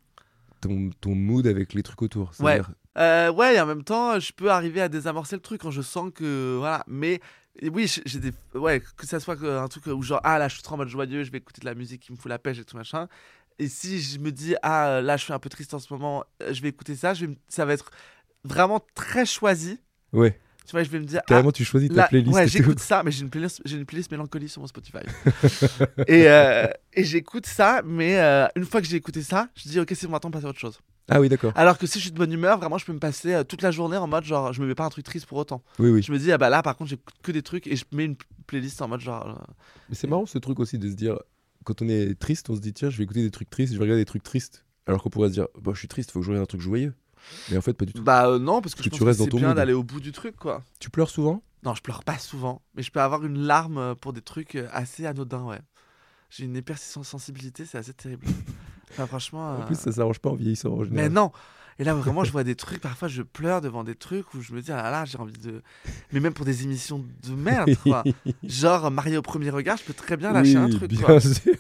[SPEAKER 3] ton, ton mood avec les trucs autour.
[SPEAKER 4] Ouais.
[SPEAKER 3] C'est-à-dire-
[SPEAKER 4] Euh, ouais, et en même temps, je peux arriver à désamorcer le truc quand je sens que. Voilà. Mais et oui, j'ai- j'ai des. Ouais, que ça soit que- un truc où genre, ah là, je suis trop en mode joyeux, je vais écouter de la musique qui me fout la pêche et tout machin. Et si je me dis, ah là, je suis un peu triste en ce moment, euh, je vais écouter ça, je vais me- ça va être vraiment très choisi.
[SPEAKER 3] Ouais.
[SPEAKER 4] Tu vois, je vais me dire. ah,
[SPEAKER 3] Carrément, tu choisis ta
[SPEAKER 4] Là,
[SPEAKER 3] playlist.
[SPEAKER 4] Ouais,
[SPEAKER 3] et tout.
[SPEAKER 4] j'écoute ça, mais j'ai une playlist, j'ai une playlist mélancolie sur mon Spotify. et euh, et j'écoute ça, mais euh, une fois que j'ai écouté ça, je dis ok, c'est bon, attends, passer à autre chose.
[SPEAKER 3] Ah oui, d'accord.
[SPEAKER 4] Alors que si je suis de bonne humeur, vraiment, je peux me passer euh, toute la journée en mode genre, je me mets pas un truc triste pour autant.
[SPEAKER 3] Oui, oui.
[SPEAKER 4] Je me dis, ah bah là, par contre, j'écoute que des trucs et je mets une p- playlist en mode genre. euh,
[SPEAKER 3] Mais c'est marrant ce truc aussi de se dire, quand on est triste, on se dit tiens, je vais écouter des trucs tristes, je vais regarder des trucs tristes. Alors qu'on pourrait se dire, bah, je suis triste, faut que je regarde un truc joyeux. Mais en fait, pas du tout.
[SPEAKER 4] Bah euh, non, parce que,
[SPEAKER 3] Que
[SPEAKER 4] je
[SPEAKER 3] tu
[SPEAKER 4] pense
[SPEAKER 3] restes
[SPEAKER 4] que
[SPEAKER 3] dans
[SPEAKER 4] c'est
[SPEAKER 3] ton
[SPEAKER 4] bien
[SPEAKER 3] mood.
[SPEAKER 4] d'aller au bout du truc, quoi.
[SPEAKER 3] Tu pleures souvent
[SPEAKER 4] Non, je pleure pas souvent, mais je peux avoir une larme euh, pour des trucs euh, assez anodins, ouais. J'ai une hypersensibilité, sensibilité, c'est assez terrible. enfin, franchement.
[SPEAKER 3] En
[SPEAKER 4] euh,
[SPEAKER 3] plus, ça s'arrange pas en vieillissant en
[SPEAKER 4] Mais
[SPEAKER 3] général.
[SPEAKER 4] non Et là, vraiment, je vois des trucs, parfois, je pleure devant des trucs où je me dis, ah là là, j'ai envie de... Mais même pour des émissions de merde, quoi. Genre, marié au premier regard, je peux très bien lâcher
[SPEAKER 3] oui,
[SPEAKER 4] un truc,
[SPEAKER 3] bien
[SPEAKER 4] quoi.
[SPEAKER 3] sûr.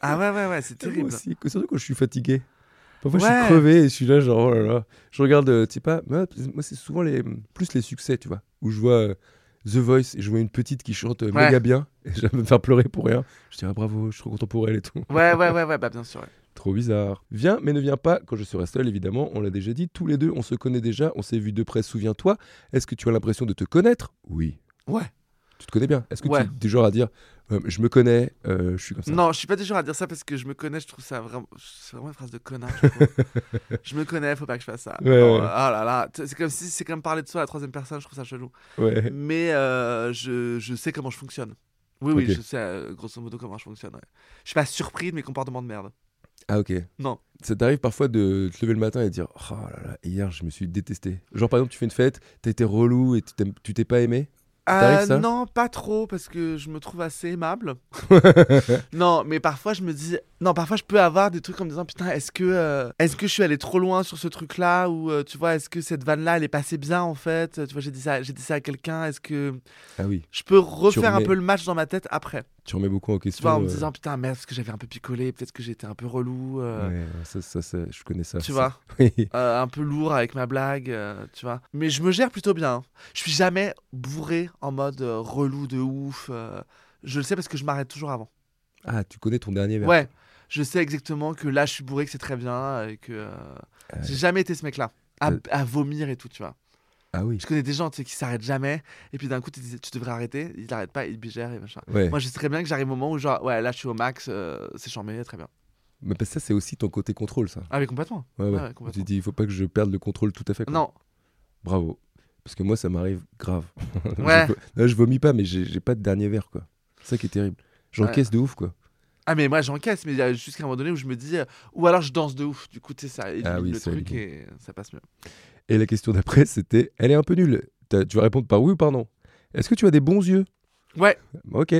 [SPEAKER 4] Ah ouais, ouais, ouais, c'est terrible.
[SPEAKER 3] Moi aussi, que- surtout quand je suis fatigué. Parfois, je
[SPEAKER 4] Ouais.
[SPEAKER 3] suis crevé et je suis là, genre, oh là là. Je regarde, euh, tu sais pas, moi, moi, c'est souvent les, plus les succès, tu vois, où je vois euh, The Voice et je vois une petite qui chante euh,
[SPEAKER 4] Ouais.
[SPEAKER 3] méga bien et je vais me faire pleurer pour rien. Je dis, ah bravo, je suis trop content pour elle et tout.
[SPEAKER 4] Ouais, ouais, ouais, ouais, bah bien sûr. ouais.
[SPEAKER 3] Trop bizarre. Viens, mais ne viens pas quand je serai seul, évidemment. On l'a déjà dit, tous les deux, on se connaît déjà, on s'est vu de près, souviens-toi. Est-ce que tu as l'impression de te connaître Oui.
[SPEAKER 4] Ouais.
[SPEAKER 3] Tu te connais bien Est-ce que
[SPEAKER 4] Ouais.
[SPEAKER 3] tu es du genre à dire, euh, je me connais, euh, je suis comme ça
[SPEAKER 4] Non, je suis pas du genre à dire ça parce que je me connais, je trouve ça vraiment. C'est vraiment une phrase de connard, je trouve. je me connais, faut pas que je fasse ça.
[SPEAKER 3] Ouais,
[SPEAKER 4] Non,
[SPEAKER 3] ouais.
[SPEAKER 4] Oh là là, tu- c'est comme si c'est comme parler de soi à la troisième personne, je trouve ça chelou.
[SPEAKER 3] Ouais.
[SPEAKER 4] Mais euh, je, je sais comment je fonctionne. Oui, oui,
[SPEAKER 3] Ok.
[SPEAKER 4] je sais euh, grosso modo comment je fonctionne. ouais. Je suis pas surpris de mes comportements de merde.
[SPEAKER 3] Ah ok.
[SPEAKER 4] Non.
[SPEAKER 3] Ça t'arrive parfois de te lever le matin et dire oh là là hier je me suis détesté. Genre par exemple tu fais une fête, t'as été relou et tu t'aimes- tu t'es pas aimé.
[SPEAKER 4] Euh,
[SPEAKER 3] T'arrives, ça
[SPEAKER 4] non, pas trop, parce que je me trouve assez aimable. non, mais parfois je me dis, Non, parfois je peux avoir des trucs en me disant putain, est-ce que euh, est-ce que je suis allé trop loin sur ce truc-là ou euh, tu vois, est-ce que cette vanne-là elle est passée bien en fait Tu vois, j'ai dit ça, j'ai dit ça à quelqu'un. Est-ce que
[SPEAKER 3] Ah oui,
[SPEAKER 4] je peux refaire un
[SPEAKER 3] remets-
[SPEAKER 4] peu le match dans ma tête après
[SPEAKER 3] tu remets beaucoup en
[SPEAKER 4] Tu
[SPEAKER 3] question.
[SPEAKER 4] vois, en me
[SPEAKER 3] euh,
[SPEAKER 4] disant putain, merde, parce que j'avais un peu picolé, peut-être que j'étais un peu relou, euh,
[SPEAKER 3] ouais, ça, ça, ça, je connais ça. ça.
[SPEAKER 4] tu vois,
[SPEAKER 3] Oui.
[SPEAKER 4] euh, un peu lourd avec ma blague, euh, tu vois. Mais je me gère plutôt bien. hein. Je suis jamais bourré en mode euh, relou de ouf. euh, je le sais parce que je m'arrête toujours avant.
[SPEAKER 3] Ah, tu connais ton dernier verre.
[SPEAKER 4] Ouais, je sais exactement que là, je suis bourré, que c'est très bien, et que euh, j'ai jamais été ce mec-là. À,
[SPEAKER 3] Euh.
[SPEAKER 4] à vomir et tout, tu vois.
[SPEAKER 3] Ah oui.
[SPEAKER 4] Je connais des gens tu sais, qui s'arrêtent jamais, et puis d'un coup, tu dis, tu devrais arrêter, ils n'arrêtent pas, ils bigèrent et machin.
[SPEAKER 3] Ouais.
[SPEAKER 4] Moi, je sais très bien que j'arrive au moment où, genre, ouais, là, je suis au max, euh, c'est charmé, très bien.
[SPEAKER 3] Mais parce que ça, c'est aussi ton côté contrôle, ça.
[SPEAKER 4] Ah, mais complètement.
[SPEAKER 3] Ouais, ouais.
[SPEAKER 4] ouais,
[SPEAKER 3] tu
[SPEAKER 4] complètement.
[SPEAKER 3] dis, il faut pas que je perde le contrôle tout à fait. quoi.
[SPEAKER 4] Non,
[SPEAKER 3] Bravo. Parce que moi, ça m'arrive grave. Je
[SPEAKER 4] Ouais.
[SPEAKER 3] vo- Là, je vomis pas, mais j'ai j'ai pas de dernier verre, quoi. C'est ça qui est terrible. J'encaisse de ouf, quoi.
[SPEAKER 4] ah, mais moi, j'encaisse, mais il y a jusqu'à un moment donné où je me dis, euh, ou alors je danse de ouf, du coup, tu sais, ça élimine
[SPEAKER 3] Ah oui,
[SPEAKER 4] le
[SPEAKER 3] ça
[SPEAKER 4] truc et ça passe mieux.
[SPEAKER 3] Et la question d'après, c'était Elle est un peu nulle. T'as- Tu vas répondre par oui ou par non. Est-ce que tu as des bons yeux
[SPEAKER 4] Ouais.
[SPEAKER 3] Ok.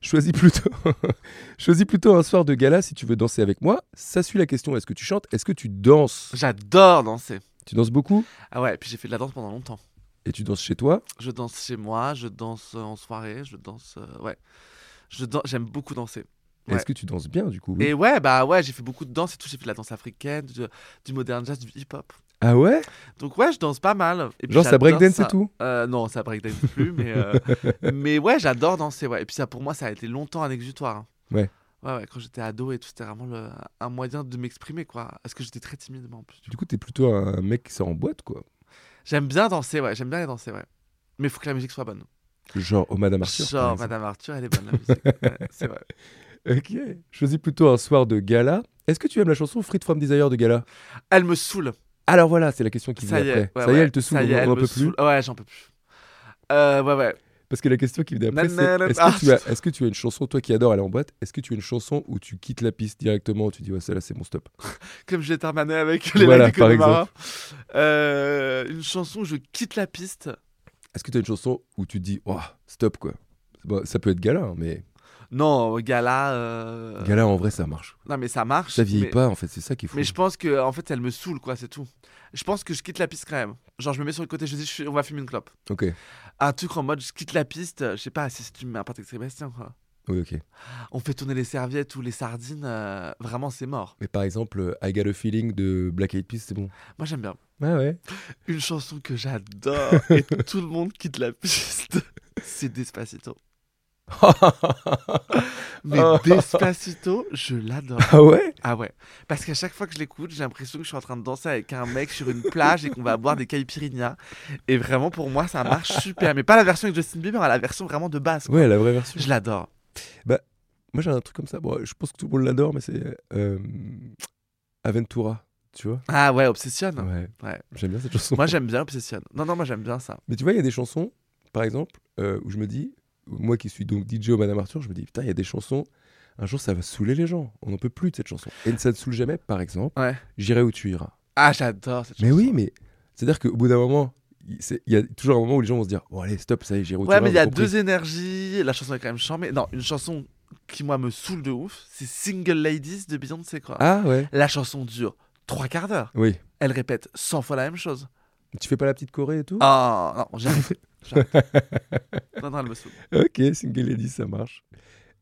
[SPEAKER 3] Choisis plutôt... Choisis plutôt un soir de gala si tu veux danser avec moi. Ça suit la question est-ce que tu chantes Est-ce que tu danses
[SPEAKER 4] J'adore danser.
[SPEAKER 3] Tu danses beaucoup
[SPEAKER 4] Ah ouais, puis j'ai fait de la danse pendant longtemps.
[SPEAKER 3] Et tu danses chez toi
[SPEAKER 4] Je danse chez moi, je danse euh, en soirée, je danse. euh, ouais. Je dan- J'aime beaucoup danser. Ouais.
[SPEAKER 3] Est-ce que tu danses bien, du coup oui
[SPEAKER 4] Et ouais, bah ouais, j'ai fait beaucoup de danse et tout. J'ai fait de la danse africaine, du, du modern jazz, du hip-hop.
[SPEAKER 3] Ah ouais
[SPEAKER 4] Donc ouais, je danse pas mal. Et puis
[SPEAKER 3] Genre, ça
[SPEAKER 4] j'adore
[SPEAKER 3] breakdance
[SPEAKER 4] ça.
[SPEAKER 3] et tout
[SPEAKER 4] Euh, Non, ça breakdance plus, mais, euh, mais ouais, j'adore danser. Ouais. Et puis ça, pour moi, ça a été longtemps un exutoire. hein.
[SPEAKER 3] Ouais.
[SPEAKER 4] Ouais, ouais, quand j'étais ado et tout, c'était vraiment le- un moyen de m'exprimer, quoi. Parce que j'étais très timide, moi, en plus.
[SPEAKER 3] Du coup, t'es plutôt un mec qui sort en boîte, quoi.
[SPEAKER 4] J'aime bien danser, ouais, j'aime bien les danser, ouais. Mais il faut que la musique soit bonne.
[SPEAKER 3] Genre, oh, Madame Arthur. par
[SPEAKER 4] Genre,
[SPEAKER 3] exemple.
[SPEAKER 4] Madame Arthur, elle est bonne, la musique. Ouais, c'est vrai.
[SPEAKER 3] Ok. Choisis plutôt un soir de gala. Est-ce que tu aimes la chanson Free from Desire de gala
[SPEAKER 4] Elle me saoule.
[SPEAKER 3] Alors voilà, c'est la question qui vient
[SPEAKER 4] Ça y
[SPEAKER 3] après.
[SPEAKER 4] est, ouais,
[SPEAKER 3] ça y
[SPEAKER 4] ouais.
[SPEAKER 3] est, elle te saoule,
[SPEAKER 4] Ça y est,
[SPEAKER 3] on-
[SPEAKER 4] elle
[SPEAKER 3] on en
[SPEAKER 4] me
[SPEAKER 3] peut
[SPEAKER 4] saoule. Ouais, j'en peux plus. Euh, ouais, ouais.
[SPEAKER 3] plus. Parce que la question qui vient après, c'est
[SPEAKER 4] Nanana. Ah.
[SPEAKER 3] est-ce que, tu as- est-ce que tu as une chanson, toi qui adore aller en boîte, est-ce que tu as une chanson où tu quittes la piste directement, où tu dis ouais, celle-là c'est mon stop
[SPEAKER 4] Comme j'ai terminé avec les
[SPEAKER 3] Voilà,
[SPEAKER 4] lacs du
[SPEAKER 3] par
[SPEAKER 4] Connemara. Euh, une chanson où je quitte la piste.
[SPEAKER 3] Est-ce que tu as une chanson où tu dis oh, stop quoi Bon, Ça peut être gala, hein, mais
[SPEAKER 4] Non, gala. euh,
[SPEAKER 3] gala en vrai ça marche.
[SPEAKER 4] Non, mais ça marche.
[SPEAKER 3] Ça vieillit
[SPEAKER 4] mais...
[SPEAKER 3] pas en fait, c'est ça qu'il faut.
[SPEAKER 4] Mais je pense que, en fait, elle me saoule, quoi, c'est tout. Je pense que je quitte la piste quand même. Genre, je me mets sur le côté, je dis, je suis- on va fumer une clope.
[SPEAKER 3] Ok,
[SPEAKER 4] Un truc en mode, je quitte la piste, euh, je sais pas, si si tu me mets un prétexte Sébastien, quoi.
[SPEAKER 3] oui, ok.
[SPEAKER 4] On fait tourner les serviettes ou les sardines, euh, vraiment, c'est mort.
[SPEAKER 3] Mais par exemple, euh, I Got a Feeling de Black Eyed Peas, c'est bon.
[SPEAKER 4] Moi, j'aime bien.
[SPEAKER 3] Ah ouais
[SPEAKER 4] Une chanson que j'adore et tout le monde quitte la piste, c'est Despacito. Mais Despacito, je l'adore.
[SPEAKER 3] Ah ouais
[SPEAKER 4] Ah ouais. Parce qu'à chaque fois que je l'écoute, j'ai l'impression que je suis en train de danser avec un mec sur une plage et qu'on va boire des caipirinhas. Et vraiment, pour moi, ça marche super. Mais pas la version avec Justin Bieber, hein, la version vraiment de base. quoi.
[SPEAKER 3] Ouais, la vraie version.
[SPEAKER 4] Je l'adore.
[SPEAKER 3] Moi j'ai un truc comme ça, bon, je pense que tout le monde l'adore, mais c'est euh, Aventura, tu vois
[SPEAKER 4] Ah ouais, Obsession.
[SPEAKER 3] Ouais.
[SPEAKER 4] Ouais.
[SPEAKER 3] J'aime bien cette chanson.
[SPEAKER 4] Moi, j'aime bien Obsession. Non, non, moi, j'aime bien ça.
[SPEAKER 3] Mais tu vois, il y a des chansons, par exemple, euh, où je me dis, moi qui suis donc DJ au Madame Arthur, je me dis, putain, il y a des chansons, un jour ça va saouler les gens, on n'en peut plus de cette chanson. Et ça ne saoule jamais, par exemple,
[SPEAKER 4] Ouais.
[SPEAKER 3] J'irai où tu iras.
[SPEAKER 4] Ah, j'adore cette
[SPEAKER 3] Mais
[SPEAKER 4] chanson.
[SPEAKER 3] oui, mais c'est-à-dire qu'au bout d'un moment, il c'est- il y a toujours un moment où les gens vont se dire, bon allez, stop, ça y est, J'irai où tu
[SPEAKER 4] Ouais,
[SPEAKER 3] iras.
[SPEAKER 4] mais il y
[SPEAKER 3] j'ai
[SPEAKER 4] a
[SPEAKER 3] compris.
[SPEAKER 4] deux énergies. La chanson est quand même chambée. Non, une chanson qui, moi, me saoule de ouf, c'est Single Ladies de Beyoncé, quoi.
[SPEAKER 3] Ah ouais
[SPEAKER 4] La chanson dure trois quarts d'heure.
[SPEAKER 3] Oui.
[SPEAKER 4] Elle répète 100 fois la même chose.
[SPEAKER 3] Tu fais pas la petite Corée et tout
[SPEAKER 4] Ah, non, j'arrête. J'arrête. non, non, elle me saoule.
[SPEAKER 3] Ok, Single Lady, ça marche.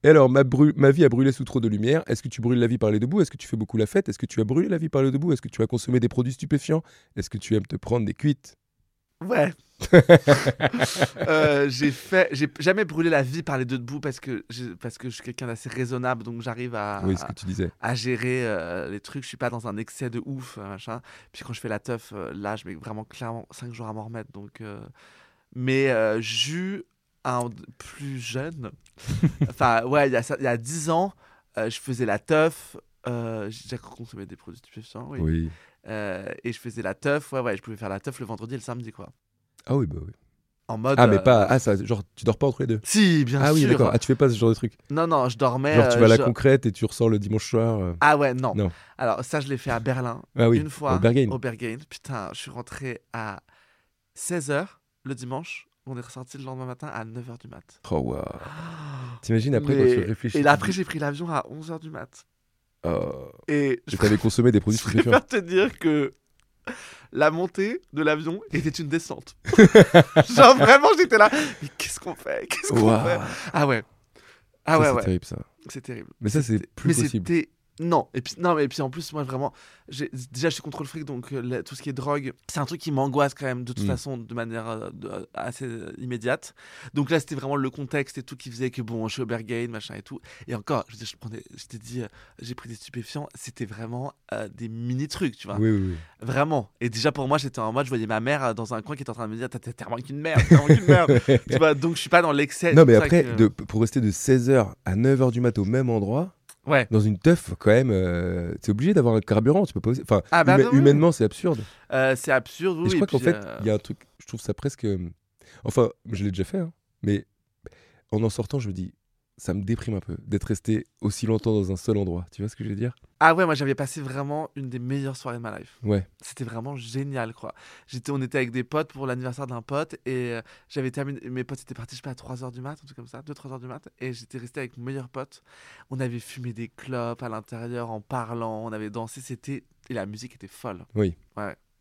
[SPEAKER 3] Et alors, ma, bru- ma vie a brûlé sous trop de lumière. Est-ce que tu brûles la vie par les deux bouts Est-ce que tu fais beaucoup la fête Est-ce que tu as brûlé la vie par les deux bouts Est-ce que tu as consommé des produits stupéfiants Est-ce que tu aimes te prendre des cuites
[SPEAKER 4] Ouais. Euh, j'ai fait, j'ai jamais brûlé la vie par les deux debout parce que j'ai- parce que je suis quelqu'un d'assez raisonnable, donc j'arrive à,
[SPEAKER 3] Oui, ce que tu disais.
[SPEAKER 4] à gérer euh, les trucs. Je suis pas dans un excès de ouf, euh, machin. Puis quand je fais la teuf, euh, là, je mets vraiment clairement 5 jours à m'en remettre. Donc, euh, mais euh, j'eus un plus jeune, enfin ouais, il y a ça- il y a 10 ans, euh, je faisais la teuf. euh, j'ai déjà consommé des produits stupéfiants, oui.
[SPEAKER 3] Oui.
[SPEAKER 4] Euh, et je faisais la teuf, ouais, ouais, je pouvais faire la teuf le vendredi et le samedi, quoi.
[SPEAKER 3] Ah oui, bah oui.
[SPEAKER 4] En mode.
[SPEAKER 3] Ah, mais
[SPEAKER 4] euh,
[SPEAKER 3] pas. Ah, ça, genre, tu dors pas entre les deux
[SPEAKER 4] Si, bien
[SPEAKER 3] Ah
[SPEAKER 4] sûr.
[SPEAKER 3] oui, d'accord. Ah, tu fais pas ce genre de truc.
[SPEAKER 4] Non, non, je dormais.
[SPEAKER 3] Genre, tu
[SPEAKER 4] euh,
[SPEAKER 3] vas à la
[SPEAKER 4] je-
[SPEAKER 3] concrète et tu ressors le dimanche soir. euh.
[SPEAKER 4] Ah ouais, non.
[SPEAKER 3] Non.
[SPEAKER 4] Alors, ça, je l'ai fait à Berlin.
[SPEAKER 3] Ah oui.
[SPEAKER 4] une fois.
[SPEAKER 3] Au Berghain.
[SPEAKER 4] Au Berghain. Putain, je suis rentré à 16h le dimanche. On est ressorti le lendemain matin à 9h du mat.
[SPEAKER 3] Oh, waouh. T'imagines après
[SPEAKER 4] Mais-
[SPEAKER 3] quand tu réfléchis.
[SPEAKER 4] Et
[SPEAKER 3] tu
[SPEAKER 4] là, après,
[SPEAKER 3] dis-
[SPEAKER 4] j'ai pris l'avion à 11h du mat.
[SPEAKER 3] Oh,
[SPEAKER 4] Et
[SPEAKER 3] je
[SPEAKER 4] je
[SPEAKER 3] t'avais consommé des produits
[SPEAKER 4] Je
[SPEAKER 3] stupéfiants.
[SPEAKER 4] préfère te dire que la montée de l'avion était une descente. Genre vraiment, j'étais là. Mais qu'est-ce qu'on fait Qu'est-ce qu'on
[SPEAKER 3] Waouh.
[SPEAKER 4] fait Ah ouais. Ah
[SPEAKER 3] Ça,
[SPEAKER 4] ouais,
[SPEAKER 3] c'est
[SPEAKER 4] ouais.
[SPEAKER 3] terrible ça.
[SPEAKER 4] C'est terrible.
[SPEAKER 3] Mais ça, c'est plus
[SPEAKER 4] mais
[SPEAKER 3] possible.
[SPEAKER 4] c'était. Non. Et puis, non, mais et puis en plus, moi vraiment. j'ai- Déjà, je suis contre le fric, donc euh, la- tout ce qui est drogue, c'est un truc qui m'angoisse quand même, de toute
[SPEAKER 3] Mm.
[SPEAKER 4] façon, de manière euh, de- assez euh, immédiate. Donc là, c'était vraiment le contexte et tout qui faisait que bon, je suis au Berghain, machin et tout. Et encore, je, veux dire, je, prenais, je t'ai dit, euh, j'ai pris des stupéfiants, c'était vraiment euh, des mini trucs, tu vois.
[SPEAKER 3] Oui, oui, oui.
[SPEAKER 4] Vraiment. Et déjà pour moi, j'étais en mode, je voyais ma mère euh, dans un coin qui était en train de me dire, t'as t'as vraiment qu'une merde, t'as vraiment qu'une merde. Tu vois, donc je suis pas dans l'excès.
[SPEAKER 3] Non,
[SPEAKER 4] c'est
[SPEAKER 3] mais
[SPEAKER 4] pour ça
[SPEAKER 3] après,
[SPEAKER 4] que-
[SPEAKER 3] de- pour rester de 16h à 9h du mat au même endroit,
[SPEAKER 4] Ouais.
[SPEAKER 3] dans une teuf, quand même, euh, t'es obligé d'avoir un carburant. Tu peux pas. Enfin,
[SPEAKER 4] Ah, bah,
[SPEAKER 3] huma-
[SPEAKER 4] bah, oui.
[SPEAKER 3] humainement, c'est absurde.
[SPEAKER 4] Euh, c'est absurde.
[SPEAKER 3] et
[SPEAKER 4] Oui,
[SPEAKER 3] je crois
[SPEAKER 4] oui,
[SPEAKER 3] qu'en
[SPEAKER 4] puis,
[SPEAKER 3] fait,
[SPEAKER 4] euh,
[SPEAKER 3] il y a un truc, je trouve ça presque. euh, Enfin, je l'ai déjà fait, hein, mais en en sortant, je me dis, ça me déprime un peu d'être resté aussi longtemps dans un seul endroit. Tu vois ce que je veux dire
[SPEAKER 4] Ah ouais, moi j'avais passé vraiment une des meilleures soirées de ma life.
[SPEAKER 3] Ouais.
[SPEAKER 4] C'était vraiment génial, quoi. J'étais, on était avec des potes pour l'anniversaire d'un pote et euh, j'avais terminé. Mes potes étaient partis, je sais pas, à 3h du mat, un truc comme ça, 2-3 heures du mat. Et j'étais resté avec mon meilleur pote. On avait fumé des clopes à l'intérieur en parlant, on avait dansé. C'était. Et la musique était folle.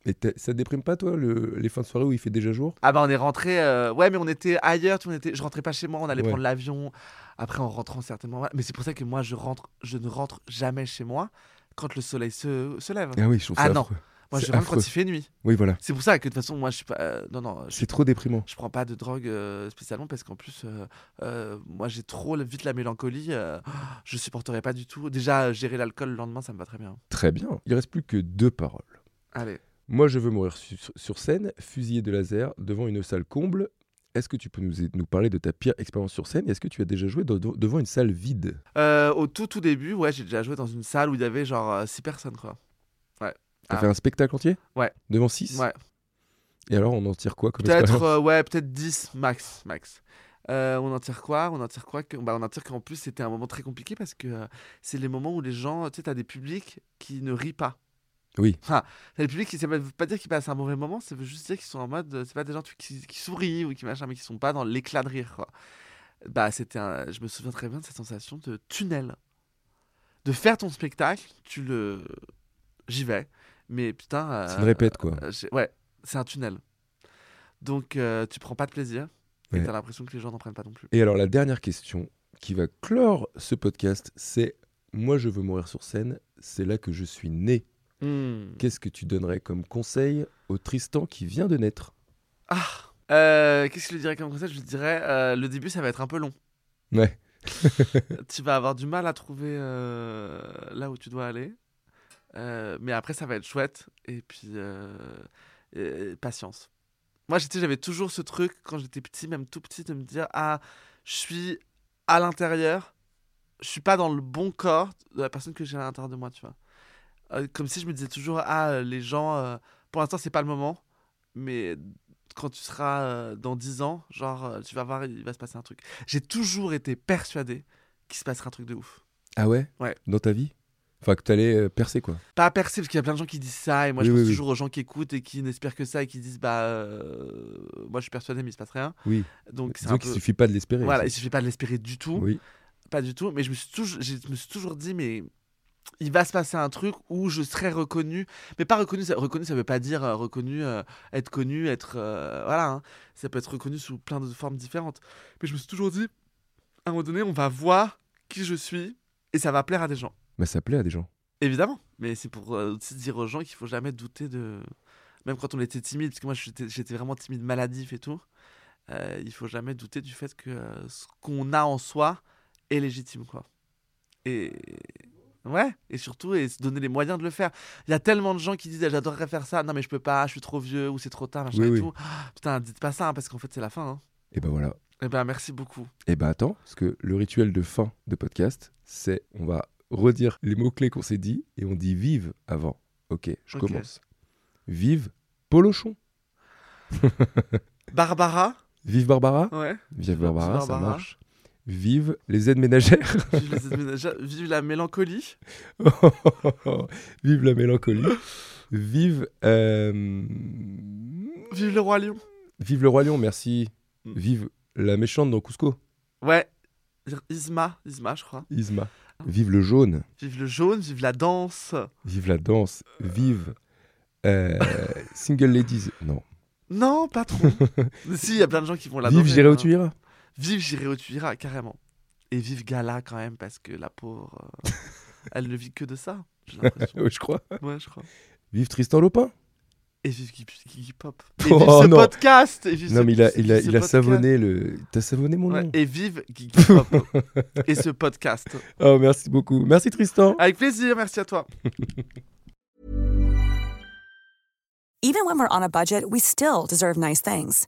[SPEAKER 3] Et t'as- ça te déprime pas, toi, le- les fins de soirée où il fait déjà jour
[SPEAKER 4] Ah bah on est rentré, euh, ouais mais on était ailleurs, tu vois, on était, je rentrais pas chez moi, on allait
[SPEAKER 3] Ouais.
[SPEAKER 4] prendre l'avion, après en rentrant certainement, ouais. mais c'est pour ça que moi je rentre, je ne rentre jamais chez moi quand le soleil se, se lève.
[SPEAKER 3] Ah oui, je trouve ça
[SPEAKER 4] Ah non.
[SPEAKER 3] affreux.
[SPEAKER 4] moi je
[SPEAKER 3] c'est
[SPEAKER 4] rentre
[SPEAKER 3] affreux.
[SPEAKER 4] quand il fait nuit.
[SPEAKER 3] Oui, voilà.
[SPEAKER 4] C'est pour ça que de toute façon moi je suis pas, euh, non non, je,
[SPEAKER 3] C'est trop déprimant.
[SPEAKER 4] je prends pas de drogue euh, spécialement parce qu'en plus euh, euh, moi j'ai trop la- vite la mélancolie, euh, je supporterai pas du tout. Déjà euh, gérer l'alcool le lendemain ça me va très bien.
[SPEAKER 3] Très bien. Il reste plus que deux paroles.
[SPEAKER 4] Allez,
[SPEAKER 3] Moi, je veux mourir su- sur scène, fusillé de laser, devant une salle comble. Est-ce que tu peux nous, nous parler de ta pire expérience sur scène Est-ce que tu as déjà joué de- de- devant une salle vide
[SPEAKER 4] Euh, au tout tout début ouais j'ai déjà joué dans une salle où il y avait genre 6 personnes quoi.
[SPEAKER 3] T'as
[SPEAKER 4] Ah.
[SPEAKER 3] fait un spectacle entier
[SPEAKER 4] Ouais.
[SPEAKER 3] Devant 6
[SPEAKER 4] Ouais.
[SPEAKER 3] Et alors, on en tire quoi comme
[SPEAKER 4] Peut-être
[SPEAKER 3] expérience
[SPEAKER 4] euh, ouais, peut-être 10 max, max. Euh, on en tire quoi On en tire quoi que... bah, On en tire qu'en plus c'était un moment très compliqué parce que euh, c'est les moments où les gens, tu sais, t'as des publics qui ne rient pas.
[SPEAKER 3] Oui.
[SPEAKER 4] Ah, t'as des publics qui, ça veut pas dire qu'ils passent un mauvais moment, ça veut juste dire qu'ils sont en mode, euh, c'est pas des gens tu- qui, qui sourient ou qui machin, mais qui sont pas dans l'éclat de rire. Quoi. Bah c'était, un- je me souviens très bien de cette sensation de tunnel, de faire ton spectacle, tu le, j'y vais, mais putain. euh,
[SPEAKER 3] C'est une répète, quoi.
[SPEAKER 4] euh, j'ai- ouais, c'est un tunnel. Donc euh, tu prends pas de plaisir
[SPEAKER 3] Ouais.
[SPEAKER 4] et t'as l'impression que les gens n'en prennent pas non plus.
[SPEAKER 3] Et alors, la dernière question qui va clore ce podcast, c'est Moi, je veux mourir sur scène, c'est là que je suis né. Qu'est-ce que tu donnerais comme conseil au Tristan qui vient de naître
[SPEAKER 4] Ah Euh, Qu'est-ce que je dirais comme conseil Je lui dirais euh, le début ça va être un peu long.
[SPEAKER 3] Ouais.
[SPEAKER 4] tu vas avoir du mal à trouver euh, là où tu dois aller. Euh, mais après ça va être chouette et puis euh, et- et patience. Moi j'étais j'avais toujours ce truc quand j'étais petit, même tout petit, de me dire ah je suis à l'intérieur, je suis pas dans le bon corps de la personne que j'ai à l'intérieur de moi, tu vois. Euh, comme si je me disais toujours ah euh, les gens euh, pour l'instant c'est pas le moment, mais quand tu seras euh, dans 10 ans, genre euh, tu vas voir il va se passer un truc. J'ai toujours été persuadé qu'il se passera un truc de ouf.
[SPEAKER 3] Ah ouais
[SPEAKER 4] Ouais.
[SPEAKER 3] Dans ta vie Enfin, que t'allais euh, percer, quoi.
[SPEAKER 4] Pas percé parce qu'il y a plein de gens qui disent ça et moi je
[SPEAKER 3] Oui,
[SPEAKER 4] pense
[SPEAKER 3] oui, oui.
[SPEAKER 4] toujours aux gens qui écoutent et qui n'espèrent que ça et qui disent bah euh, moi je suis persuadé mais il se passe rien.
[SPEAKER 3] Oui.
[SPEAKER 4] Donc c'est un
[SPEAKER 3] Disons qu'il
[SPEAKER 4] peu
[SPEAKER 3] suffit pas de l'espérer.
[SPEAKER 4] voilà, il
[SPEAKER 3] aussi.
[SPEAKER 4] suffit pas de l'espérer du tout,
[SPEAKER 3] Oui.
[SPEAKER 4] pas du tout, mais je me suis toujours je me suis toujours dit mais il va se passer un truc où je serai reconnu, mais pas reconnu, ça, reconnu ça veut pas dire euh, reconnu, euh, être connu, être euh, voilà, hein. ça peut être reconnu sous plein de formes différentes. Mais je me suis toujours dit, à un moment donné, on va voir qui je suis et ça va plaire à des gens,
[SPEAKER 3] Mais Bah, ça plaît à des gens.
[SPEAKER 4] évidemment. Mais c'est pour euh, aussi dire aux gens qu'il faut jamais douter de, même quand on était timide, parce que moi j'étais j'étais vraiment timide, maladif et tout, euh, il faut jamais douter du fait que euh, ce qu'on a en soi est légitime, quoi. Et ouais, et surtout, et se donner les moyens de le faire. Il y a tellement de gens qui disent, Ah, j'adorerais faire ça, non mais je peux pas, je suis trop vieux ou c'est trop tard, machin
[SPEAKER 3] Oui,
[SPEAKER 4] et
[SPEAKER 3] oui.
[SPEAKER 4] tout. Ah, Putain, dites pas ça, hein, parce qu'en fait c'est la fin. Hein.
[SPEAKER 3] Et ben voilà.
[SPEAKER 4] Eh ben merci beaucoup.
[SPEAKER 3] Et ben attends, parce que le rituel de fin de podcast, c'est on va redire les mots-clés qu'on s'est dit et on dit vive avant. Ok, je
[SPEAKER 4] Ok.
[SPEAKER 3] commence. Vive Polochon.
[SPEAKER 4] Barbara,
[SPEAKER 3] Vive Barbara.
[SPEAKER 4] ouais.
[SPEAKER 3] Vive Barbara, ça
[SPEAKER 4] Barbara.
[SPEAKER 3] marche. Vive les aides ménagères.
[SPEAKER 4] vive, les aménageurs, vive la mélancolie.
[SPEAKER 3] vive la mélancolie. Vive, euh,
[SPEAKER 4] Vive le roi lion.
[SPEAKER 3] vive le roi lion, merci.
[SPEAKER 4] Mm.
[SPEAKER 3] Vive la méchante dans Cusco,
[SPEAKER 4] Ouais. Isma, Isma, je crois.
[SPEAKER 3] Isma. Vive le jaune,
[SPEAKER 4] Vive le jaune, vive la danse.
[SPEAKER 3] vive la danse, vive euh, Single Ladies. Non.
[SPEAKER 4] Non, pas trop. si, il y a plein de gens qui vont la
[SPEAKER 3] vive
[SPEAKER 4] danser,
[SPEAKER 3] J'irai où
[SPEAKER 4] hein.
[SPEAKER 3] tu iras.
[SPEAKER 4] Vive J'irai où tu iras, carrément. Et vive Gala quand même, parce que la pauvre, euh, elle ne vit que de ça. J'ai l'impression.
[SPEAKER 3] Ouais, je crois.
[SPEAKER 4] ouais, je crois.
[SPEAKER 3] Vive Tristan Lopin.
[SPEAKER 4] Et vive Kiki Pop. Et vive
[SPEAKER 3] Oh,
[SPEAKER 4] ce
[SPEAKER 3] non.
[SPEAKER 4] podcast. Et vive
[SPEAKER 3] Non,
[SPEAKER 4] ce-
[SPEAKER 3] mais il a,
[SPEAKER 4] ce-
[SPEAKER 3] il a,
[SPEAKER 4] ce
[SPEAKER 3] il a
[SPEAKER 4] podcast.
[SPEAKER 3] savonné le. T'as savonné mon
[SPEAKER 4] Ouais,
[SPEAKER 3] nom
[SPEAKER 4] et vive Geeky Pop. et ce podcast.
[SPEAKER 3] Oh, merci beaucoup. Merci Tristan.
[SPEAKER 4] Avec plaisir, merci à toi.
[SPEAKER 6] Even when we're on a budget, we still deserve nice things.